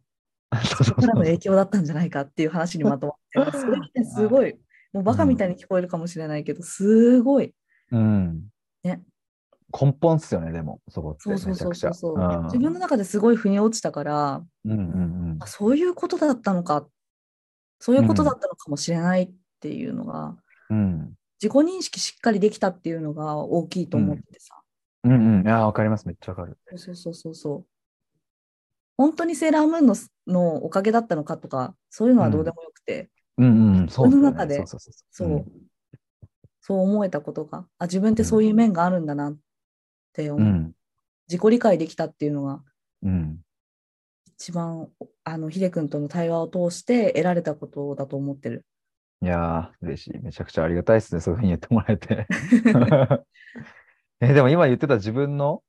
そうそそうこからそのう。影響だったんじゃないかっていう話にまとまって、それってすごい、もうバカみたいに聞こえるかもしれないけど、すごい、うん。ね。根本っすよね、でも、そこって。そうめそうちそゃうくちそゃ。うそう、ん自分の中ですごい腑に落ちたから、うんうんうんあ。そういうことだったのか、そういうことだったのかもしれないっていうのが、うん。自己認識しっかりできたっていうのが大きいと思っててさ、うんうん。ああ、わかります。めっちゃわかる。そうそうそうそう。本当にセーラームーンののおかげだったのかとか、そういうのはどうでもよくて、うんうん。そうっすよね自分の中でそうそうそうそ、そうう。そう思えたことが、あ、自分ってそういう面があるんだなって思うう、ん。自己理解できたっていうのが、うん。一番、あの、ヒデ君との対話を通して得られたことだと思ってる。いやー、嬉しい。めちゃくちゃありがたいですね。そういうふうに言ってもらえて。 <laughs> え、でも今言ってた自分の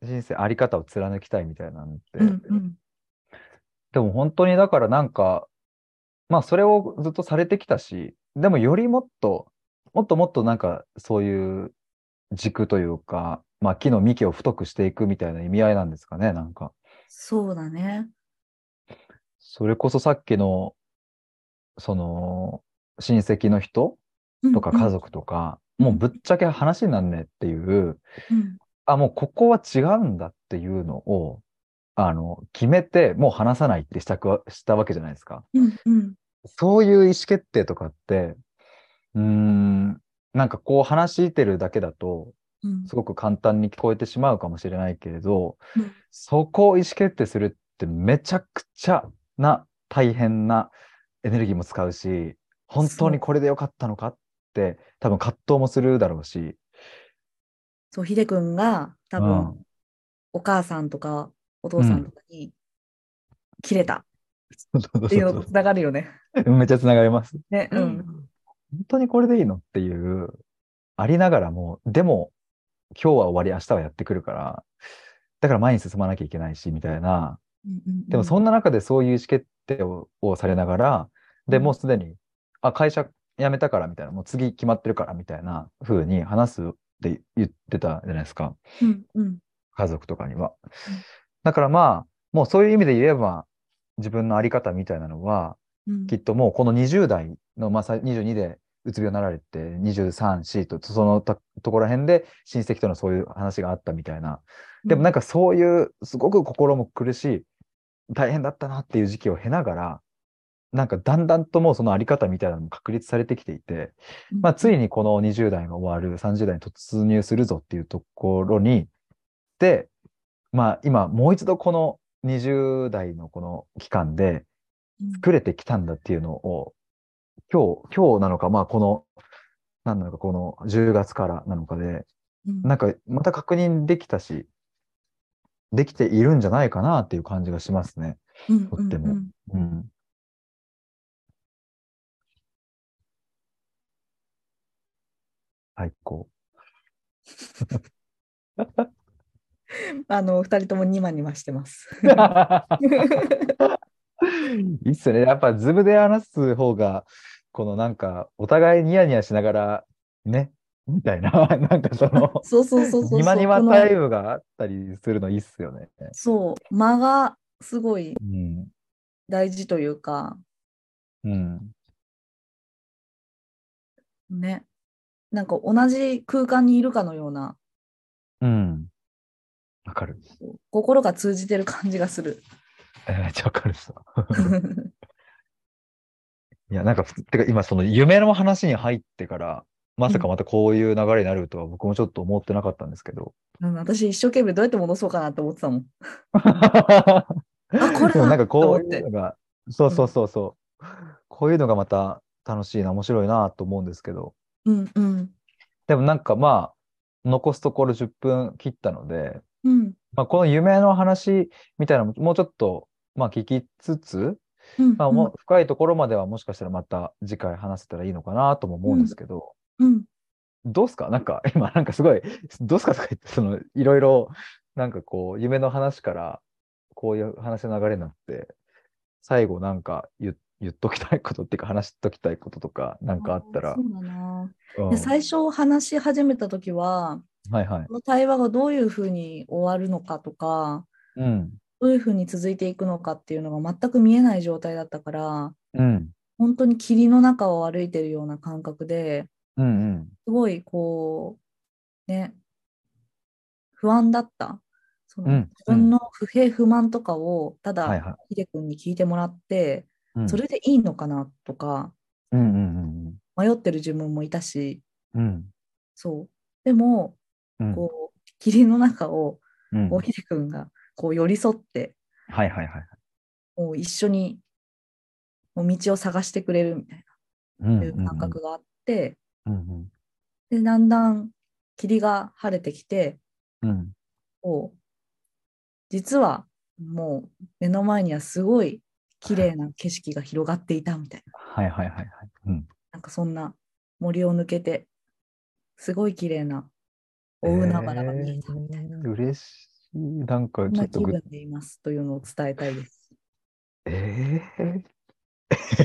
人生、あり方を貫きたいみたいなんて。うんうんでも本当にだからなんか、まあそれをずっとされてきたし、でもよりもっと、もっともっとなんかそういう軸というか、まあ木の幹を太くしていくみたいな意味合いなんですかね、なんか。そうだね。それこそさっきの、その、親戚の人とか家族とか、うんもうぶっちゃけ話になんねえっていう、うんあ、もうここは違うんだっていうのを、あの、決めて、もう話さないってしたくわしたわけじゃないですか。うんうんそういう意思決定とかって、うーん、なんかこう話してるだけだと、うんすごく簡単に聞こえてしまうかもしれないけれど、うんそこを意思決定するってめちゃくちゃな大変なエネルギーも使うし、本当にこれでよかったのかって、多分葛藤もするだろうし、そう、ヒデ君が多う分んお母さんとかお父さんとかに切れたっていうのとつながるよね。めっちゃつながります。ね、う。うんん本当にこれでいいのっていう、ありながらも、でも、今日は終わり、明日はやってくるから、だから前に進まなきゃいけないし、みたいな。でも、そんな中でそういう意思決定ををされながら、で、うんもうすでに、あ、会社辞めたから、みたいな、もう次決まってるから、みたいな風に話すって言ってたじゃないですか。うんうん家族とかには。だからまあ、もうそういう意味で言えば、自分のあり方みたいなのは、うんきっともうこの20代の、まあ、さ22でうつ病になられて23、4とそのたところら辺で親戚とのそういう話があったみたいなでもなんかそういうすごく心も苦しい大変だったなっていう時期を経ながらなんかだんだんともうそのあり方みたいなのも確立されてきていて、まあ、ついにこの20代が終わる30代に突入するぞっていうところにで、まあ、今もう一度この20代のこの期間で作れてきたんだっていうのを、今日、今日なのか、まあこの、なんなのか、この10月からなのかで、うんなんかまた確認できたし、できているんじゃないかなっていう感じがしますね。うんとってもうんうん。最 <laughs> 高。うんあの二人ともニマニマして <laughs> ます。いいっすよね。やっぱ、ズームで話す方が、このなんか、お互いニヤニヤしながら、ね、みたいな、 <laughs> なんかその、そうそうそうそうそう。ニマニマこのタイムがあったりするのいいっすよね。そう、間がすごいうん。大事というか、うん。ね。なんか同じ空間にいるかのような、うん。わかる。 <laughs> こう心が通じてる感じがする。えーめっちゃわかるっすわ。いや、なんか、ふてか今その夢の話に入ってから、まさかまたこういう流れになるとは僕もちょっと思ってなかったんですけ <laughs> ど。うん私一生懸命どうやって戻そうかなって思ってたもん。あ、これだでもなんかこうとい思うのが、そうそうそうそう。こういうのがまた楽しいな、面白いなと思うんですけど。うんうん。でもなんかまあ、残すところ10分切ったので、うんまあ、この夢の話みたいなのももうちょっと、まあ、聞きつつ、うん。まあ、もう深いところまではもしかしたらまた次回話せたらいいのかなとも思うんですけど、うん。どうっすかなんか <laughs> 今なんかすごい、どうっすかとか言って、そのいろいろなんかこう夢の話からこういう話の流れになって、最後なんか言っ言っときたいことっていうか話しときたいこととかなんかあったらそ。うだな。うんで最初話し始めた時は、はいはい。この対話がどういうふうに終わるのかとか、うん。どういうふうに続いていくのかっていうのが全く見えない状態だったから、うん。本当に霧の中を歩いてるような感覚でうんうん。すごいこうね不安だったその、うん自分の不平不満とかをただ、はいはい。ヒデ君に聞いてもらって、うんそれでいいのかなとかうんうん迷ってる自分もいたしうんうん。そうでもうん。こう、霧の中をうん。こはういヒデ君がこう寄り添ってはいはい。もう一緒にもう道を探してくれるみたいうんないう感覚があって、うんでだんだん霧が晴れてきてうんうんこう実はもう目の前にはすごい綺麗な景色が広がっていたみたいな、はいはいはいはい。うんなんかそんな森を抜けて、すごい綺麗な大海原が見えたみたいな、えー嬉しい。なんかそんちょっなと気ぐ分でいますというのを伝えたいです。えー、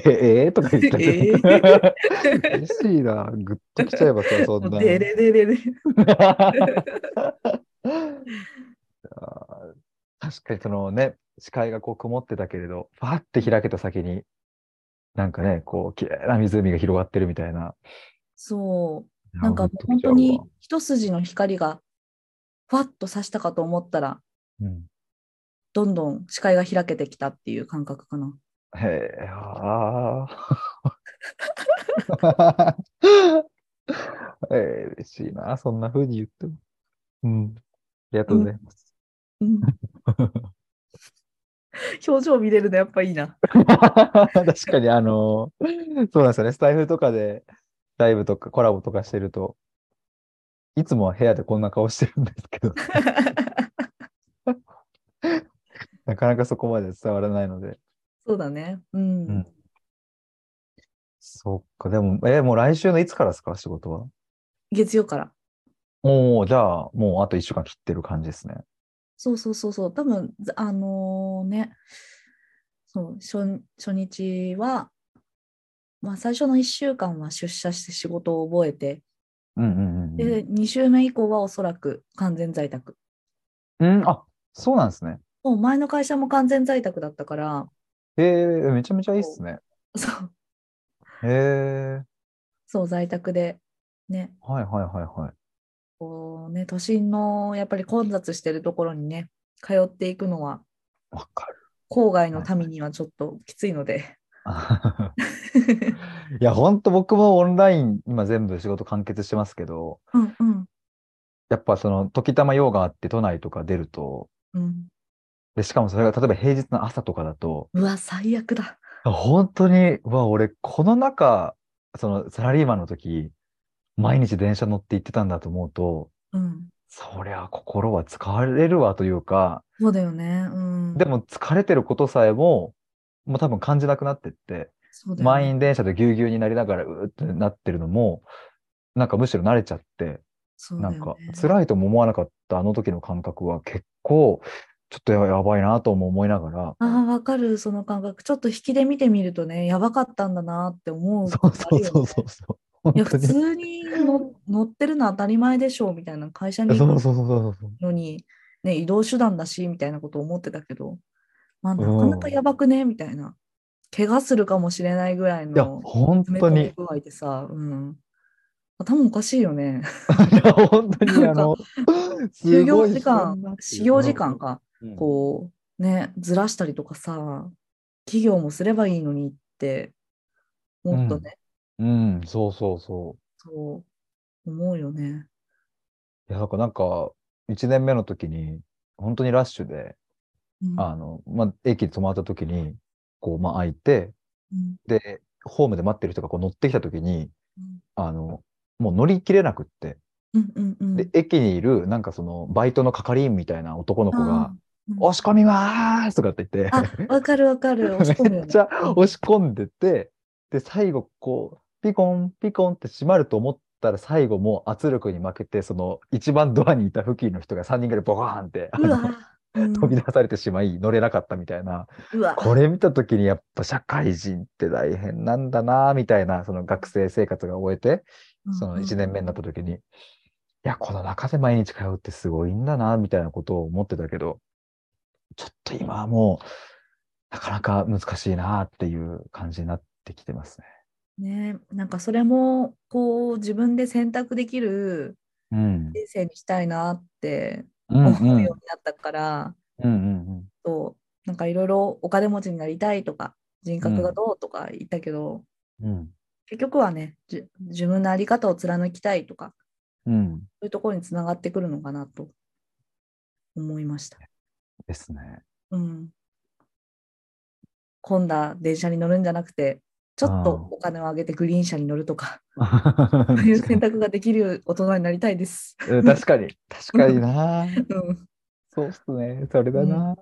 えー、とか言っちゃえって。嬉しいな。グッときちゃえばさ、そんもな。うデレデレで。あー確かにそのね、視界がこう曇ってたけれど、ファって開けた先に、なんかね、こう、綺麗な湖が広がってるみたいな。そう。いやなんかグッと本きちゃ当うわに一筋の光がふわっと差したかと思ったら、うんどんどん視界が開けてきたっていう感覚かな。へえ、ああ。 <laughs> えー、嬉しいな、そんな風に言っても。うん。ありがとうございます。うん <laughs> 表情見れるのやっぱい <laughs> いな。確かに、あのーそうなんですよね、スタイフとかで、ライブとかコラボとかしてると、いつもは部屋でこんな顔してるんですけど、 <laughs> なかなかそこまで伝わらないので。そうだね。ううんん。そっか、でも、えーもう来週のいつからですか、仕事は。月曜から。おお、じゃあ、もうあと1週間切ってる感じですね。そうそうそうそう、多分ざあのね、そう初、初日は、まあ、最初の1週間は出社して仕事を覚えて、うんうんうんうん。で、2週目以降はおそらく完全在宅。うん、あ、そうなんですね。もう前の会社も完全在宅だったから、えー、めちゃめちゃいいっすね。そう、へえそう在宅で、ね、はいはいはいはい。こうね、都心のやっぱり混雑してるところにね、通っていくのは、わかる。郊外の民にはちょっときついので、 <laughs> いや、ほんと僕もオンライン、今全部仕事完結してますけど、 <laughs> うんうん、やっぱその時たま用があって都内とか出ると、うん。で、しかもそれが例えば平日の朝とかだと、うわ、最悪だ。本当に、うわ、俺、この中、そのサラリーマンの時、毎日電車乗って行ってたんだと思うと、うん。そりゃ心は疲れるわというか、そうだよね。うん。でも疲れてることさえも、もう多分感じなくなってって、そうだよね、満員電車でぎゅうぎゅうになりながら、うーってなってるのも、なんかむしろ慣れちゃって、そうだなよんねか辛いとも思わなかったあの時の感覚は結構、ちょっとややばいなとも思いながら、ああ、わかる、その感覚。ちょっと引きで見てみるとね、やばかったんだなって思うそこうとあそうるよそうねそうそう。本いや、当普に。そう通にの乗ってるの当たり前でしょうみたいな会社にそ行うくそうそうそう。のに、ね、移動手段だしみたいなことを思ってたけど、まあ、なかなかやばくねみたいな。怪我するかもしれないぐらいいや、の本詰め当込みに、具合でさ、うん。頭おかしいよね。いや、本当に、なあんか <laughs> の、就 <laughs> すご業い時そんなっていう間、始業時間か。うんこうねずらしたりとかさ企業もすればいいのにってもっとね、うん、そうそうそそう思うよね。う。いや、なんか、なんか、1年目の時に、本当にラッシュで、うんあの、まあ、駅で止まった時に、こう、まあ、開いて、うんで、ホームで待ってる人がこう乗ってきた時に、うんあの、もう乗り切れなくって、うんうんうんで、駅にいる、なんかその、バイトの係員みたいな男の子が、うん押し込みまーすとかって言って、あ、わかるわ <laughs> かる。押し込むよねめっちゃ押し込んでて、で、最後、こう、ピコン、ピコンって閉まると思ったら、最後もう圧力に負けて、その、一番ドアにいた付近の人が3人ぐらいボカーンって、あうのわ、うん飛び出されてしまい、乗れなかったみたいな、うわ、これ見た時にやっぱ社会人って大変なんだなぁみたいな、その学生生活が終えて、その1年目になった時に、いや、この中で毎日通うってすごいんだな、みたいなことを思ってたけど、ちょっと今はもう、なかなか難しいなっていう感じになってきてますね。ね、なんかそれもこう自分で選択できるうん。人生にしたいなってうんう思ん。ううようにんなったから、うんそうなんかいろいろお金持ちになりたいとか人格がどうとか言ったけど、うん。うん。結局はねじ自分の在り方を貫きたいとかうん。そういうところにつながってくるのかなと思いました。ですね。うん、混んだ電車に乗るんじゃなくてちょっあーとお金を上げてグリーン車に乗るとか。確かそういう選に択ができる大人になりたいです。うん確かに。確かになうん、そうっすね。それだな。 <laughs>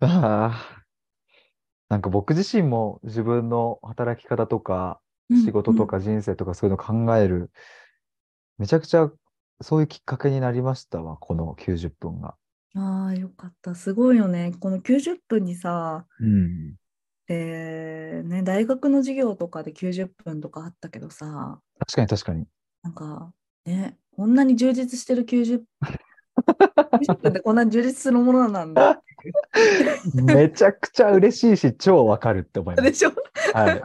ああ。なんか僕自身も自分の働き方とか、仕事とか人生とかそういうの考える、めちゃくちゃそういうきっかけになりましたわ、この90分が。うん。ああ、よかった。すごいよね。この90分にさ、うん。でね、大学の授業とかで90分とかあったけどさ、確かに確かに。なんかね、こんなに充実してる90 90分ってこんなに充実するものな <laughs> んだ。めちゃくちゃ嬉しいし、 <laughs> 超わかるって思いま。ですしょはい。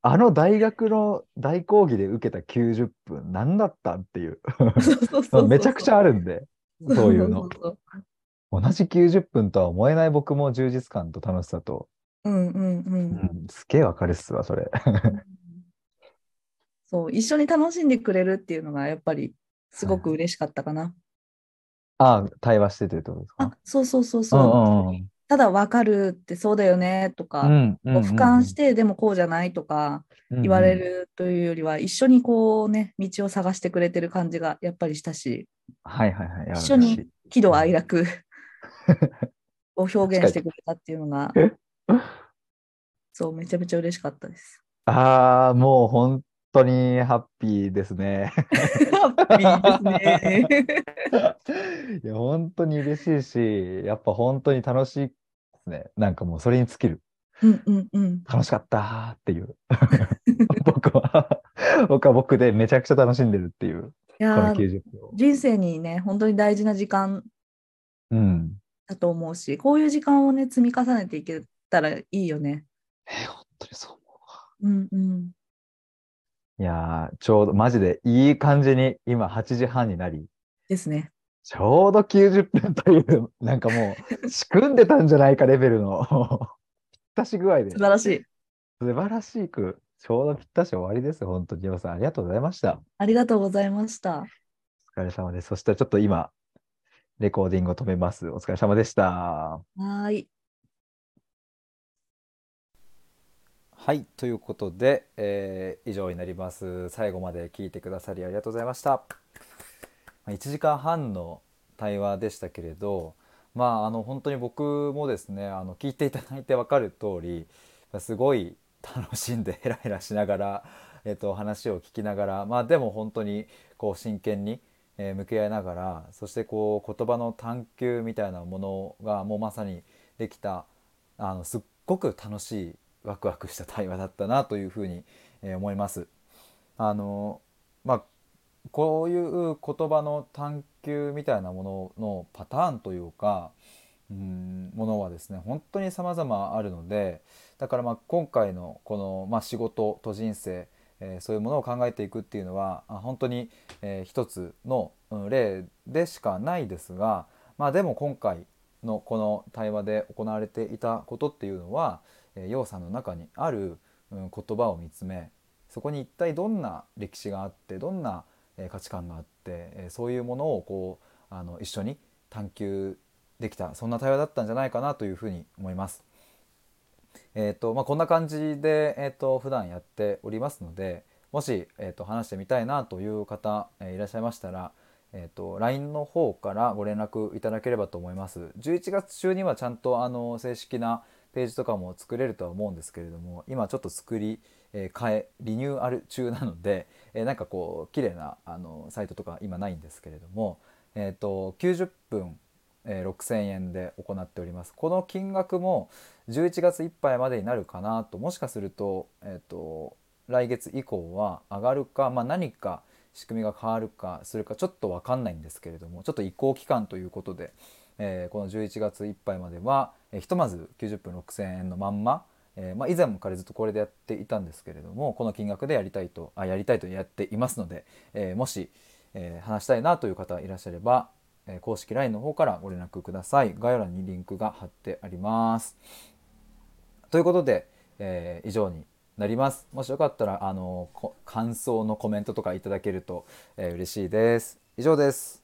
あの大学の大講義で受けた90分、何だったんっていう。そうそうそうそうめちゃくちゃあるんで、そういうの。そそう同じ90分とは思えない僕も充実感と楽しさと、うんうんう。うんん、すげえわかるっすわ、それ。そう、一緒に楽しんでくれるっていうのがやっぱりすごく嬉しかったかな。ああ、対話しててってことですあか、そうそうそうそう。ただ分かるってそうだよねとか、うんこう俯瞰してでもこうじゃないとか言われ。るというよりは、一緒にこうね道を探してくれてる感じがやっぱりしたしうんうんはいはいはい。一緒にやるらしい喜怒 <laughs> 哀楽を表現してくれたっていうのがそうめちゃめちゃ嬉しかっ <laughs> たです。ああ、もう本当にハッピーです <laughs> ね。ハッピーですね。いや、本当に嬉しいし、やっぱ本当に楽しいですね。なんかもうそれに尽きる。うんうんうん。楽しかったーって <laughs> いう。僕は、僕は僕でめちゃくちゃ楽しんでるっていう、いこのやー90分を。人生にね本当に大事な時間うん。だと思うしこういう時間をね積み重ねていけたらいいよね。え、本当にそう思うわ。うんうん。いやー、ちょうど、マジでいい感じに、今8時半になり、ですね。ちょうど90分という、 <laughs> なんかもう、仕組んでたんじゃないかレベルの、ぴったし具合で素、晴らしい。素晴らしく、ちょうどぴったし終わりです。本当に、岩さん、ありがとうございました。ありがとうございました。お疲れ様です。そしたらちょっと今、レコーディングを止めます。お疲れ様でした。はーい。はいということで、えー以上になります最後まで聞いてくださりありがとうございましたまあ1時間半の対話でしたけれどまああの本当に僕もですねあの聞いていただいて分かる通りすごい楽しんでヘラヘラしながら、えっと話を聞きながらまあでも本当にこう真剣に、えー向き合いながらそしてこう言葉の探求みたいなものがもうまさにできたあのすっごく楽しいワクワクした対話だったなというふうに、えー思います。あのまあこういう言葉の探求みたいなもののパターンというかうんものはですね本当に様々あるのでだからまあ今回のこの、まあ、仕事と人生、えーそういうものを考えていくっていうのはあ本当に、えー一つのうん例でしかないですが、まあ、でも今回のこの対話で行われていたことっていうのは、えー、楊さんの中にある、うん、言葉を見つめそこに一体どんな歴史があってどんな、えー価値観があって、えーそういうものをこうあの一緒に探求できたそんな対話だったんじゃないかなというふうに思います。えーとまあ、こんな感じで、えー、と普段やっておりますのでもし、えー、と話してみたいなという方、えーいらっしゃいましたら、えー、と LINE の方からご連絡いただければと思います。11月中にはちゃんとあの正式なページとかも作れるとは思うんですけれども今ちょっと作り、えー変えリニューアル中なので、えーなんかこう綺麗なあのサイトとか今ないんですけれども、えー、と90分、えー6,000円で行っております。この金額も11月いっぱいまでになるかなともしかすると,、えー、と来月以降は上がるか、まあ、何か仕組みが変わるかするかちょっと分かんないんですけれどもちょっと移行期間ということで、えーこの11月いっぱいまでは、えーひとまず90分6,000円のまんま、えーまあ、以前も彼ずっとこれでやっていたんですけれどもこの金額でやりたいとあやりたいとやっていますので、えーもし、えー話したいなという方いらっしゃれば、えー公式 LINE の方からご連絡ください概要欄にリンクが貼ってあります。ということで、えー以上になります。もしよかったら、あのこ感想のコメントとかいただけると、えー嬉しいです。以上です。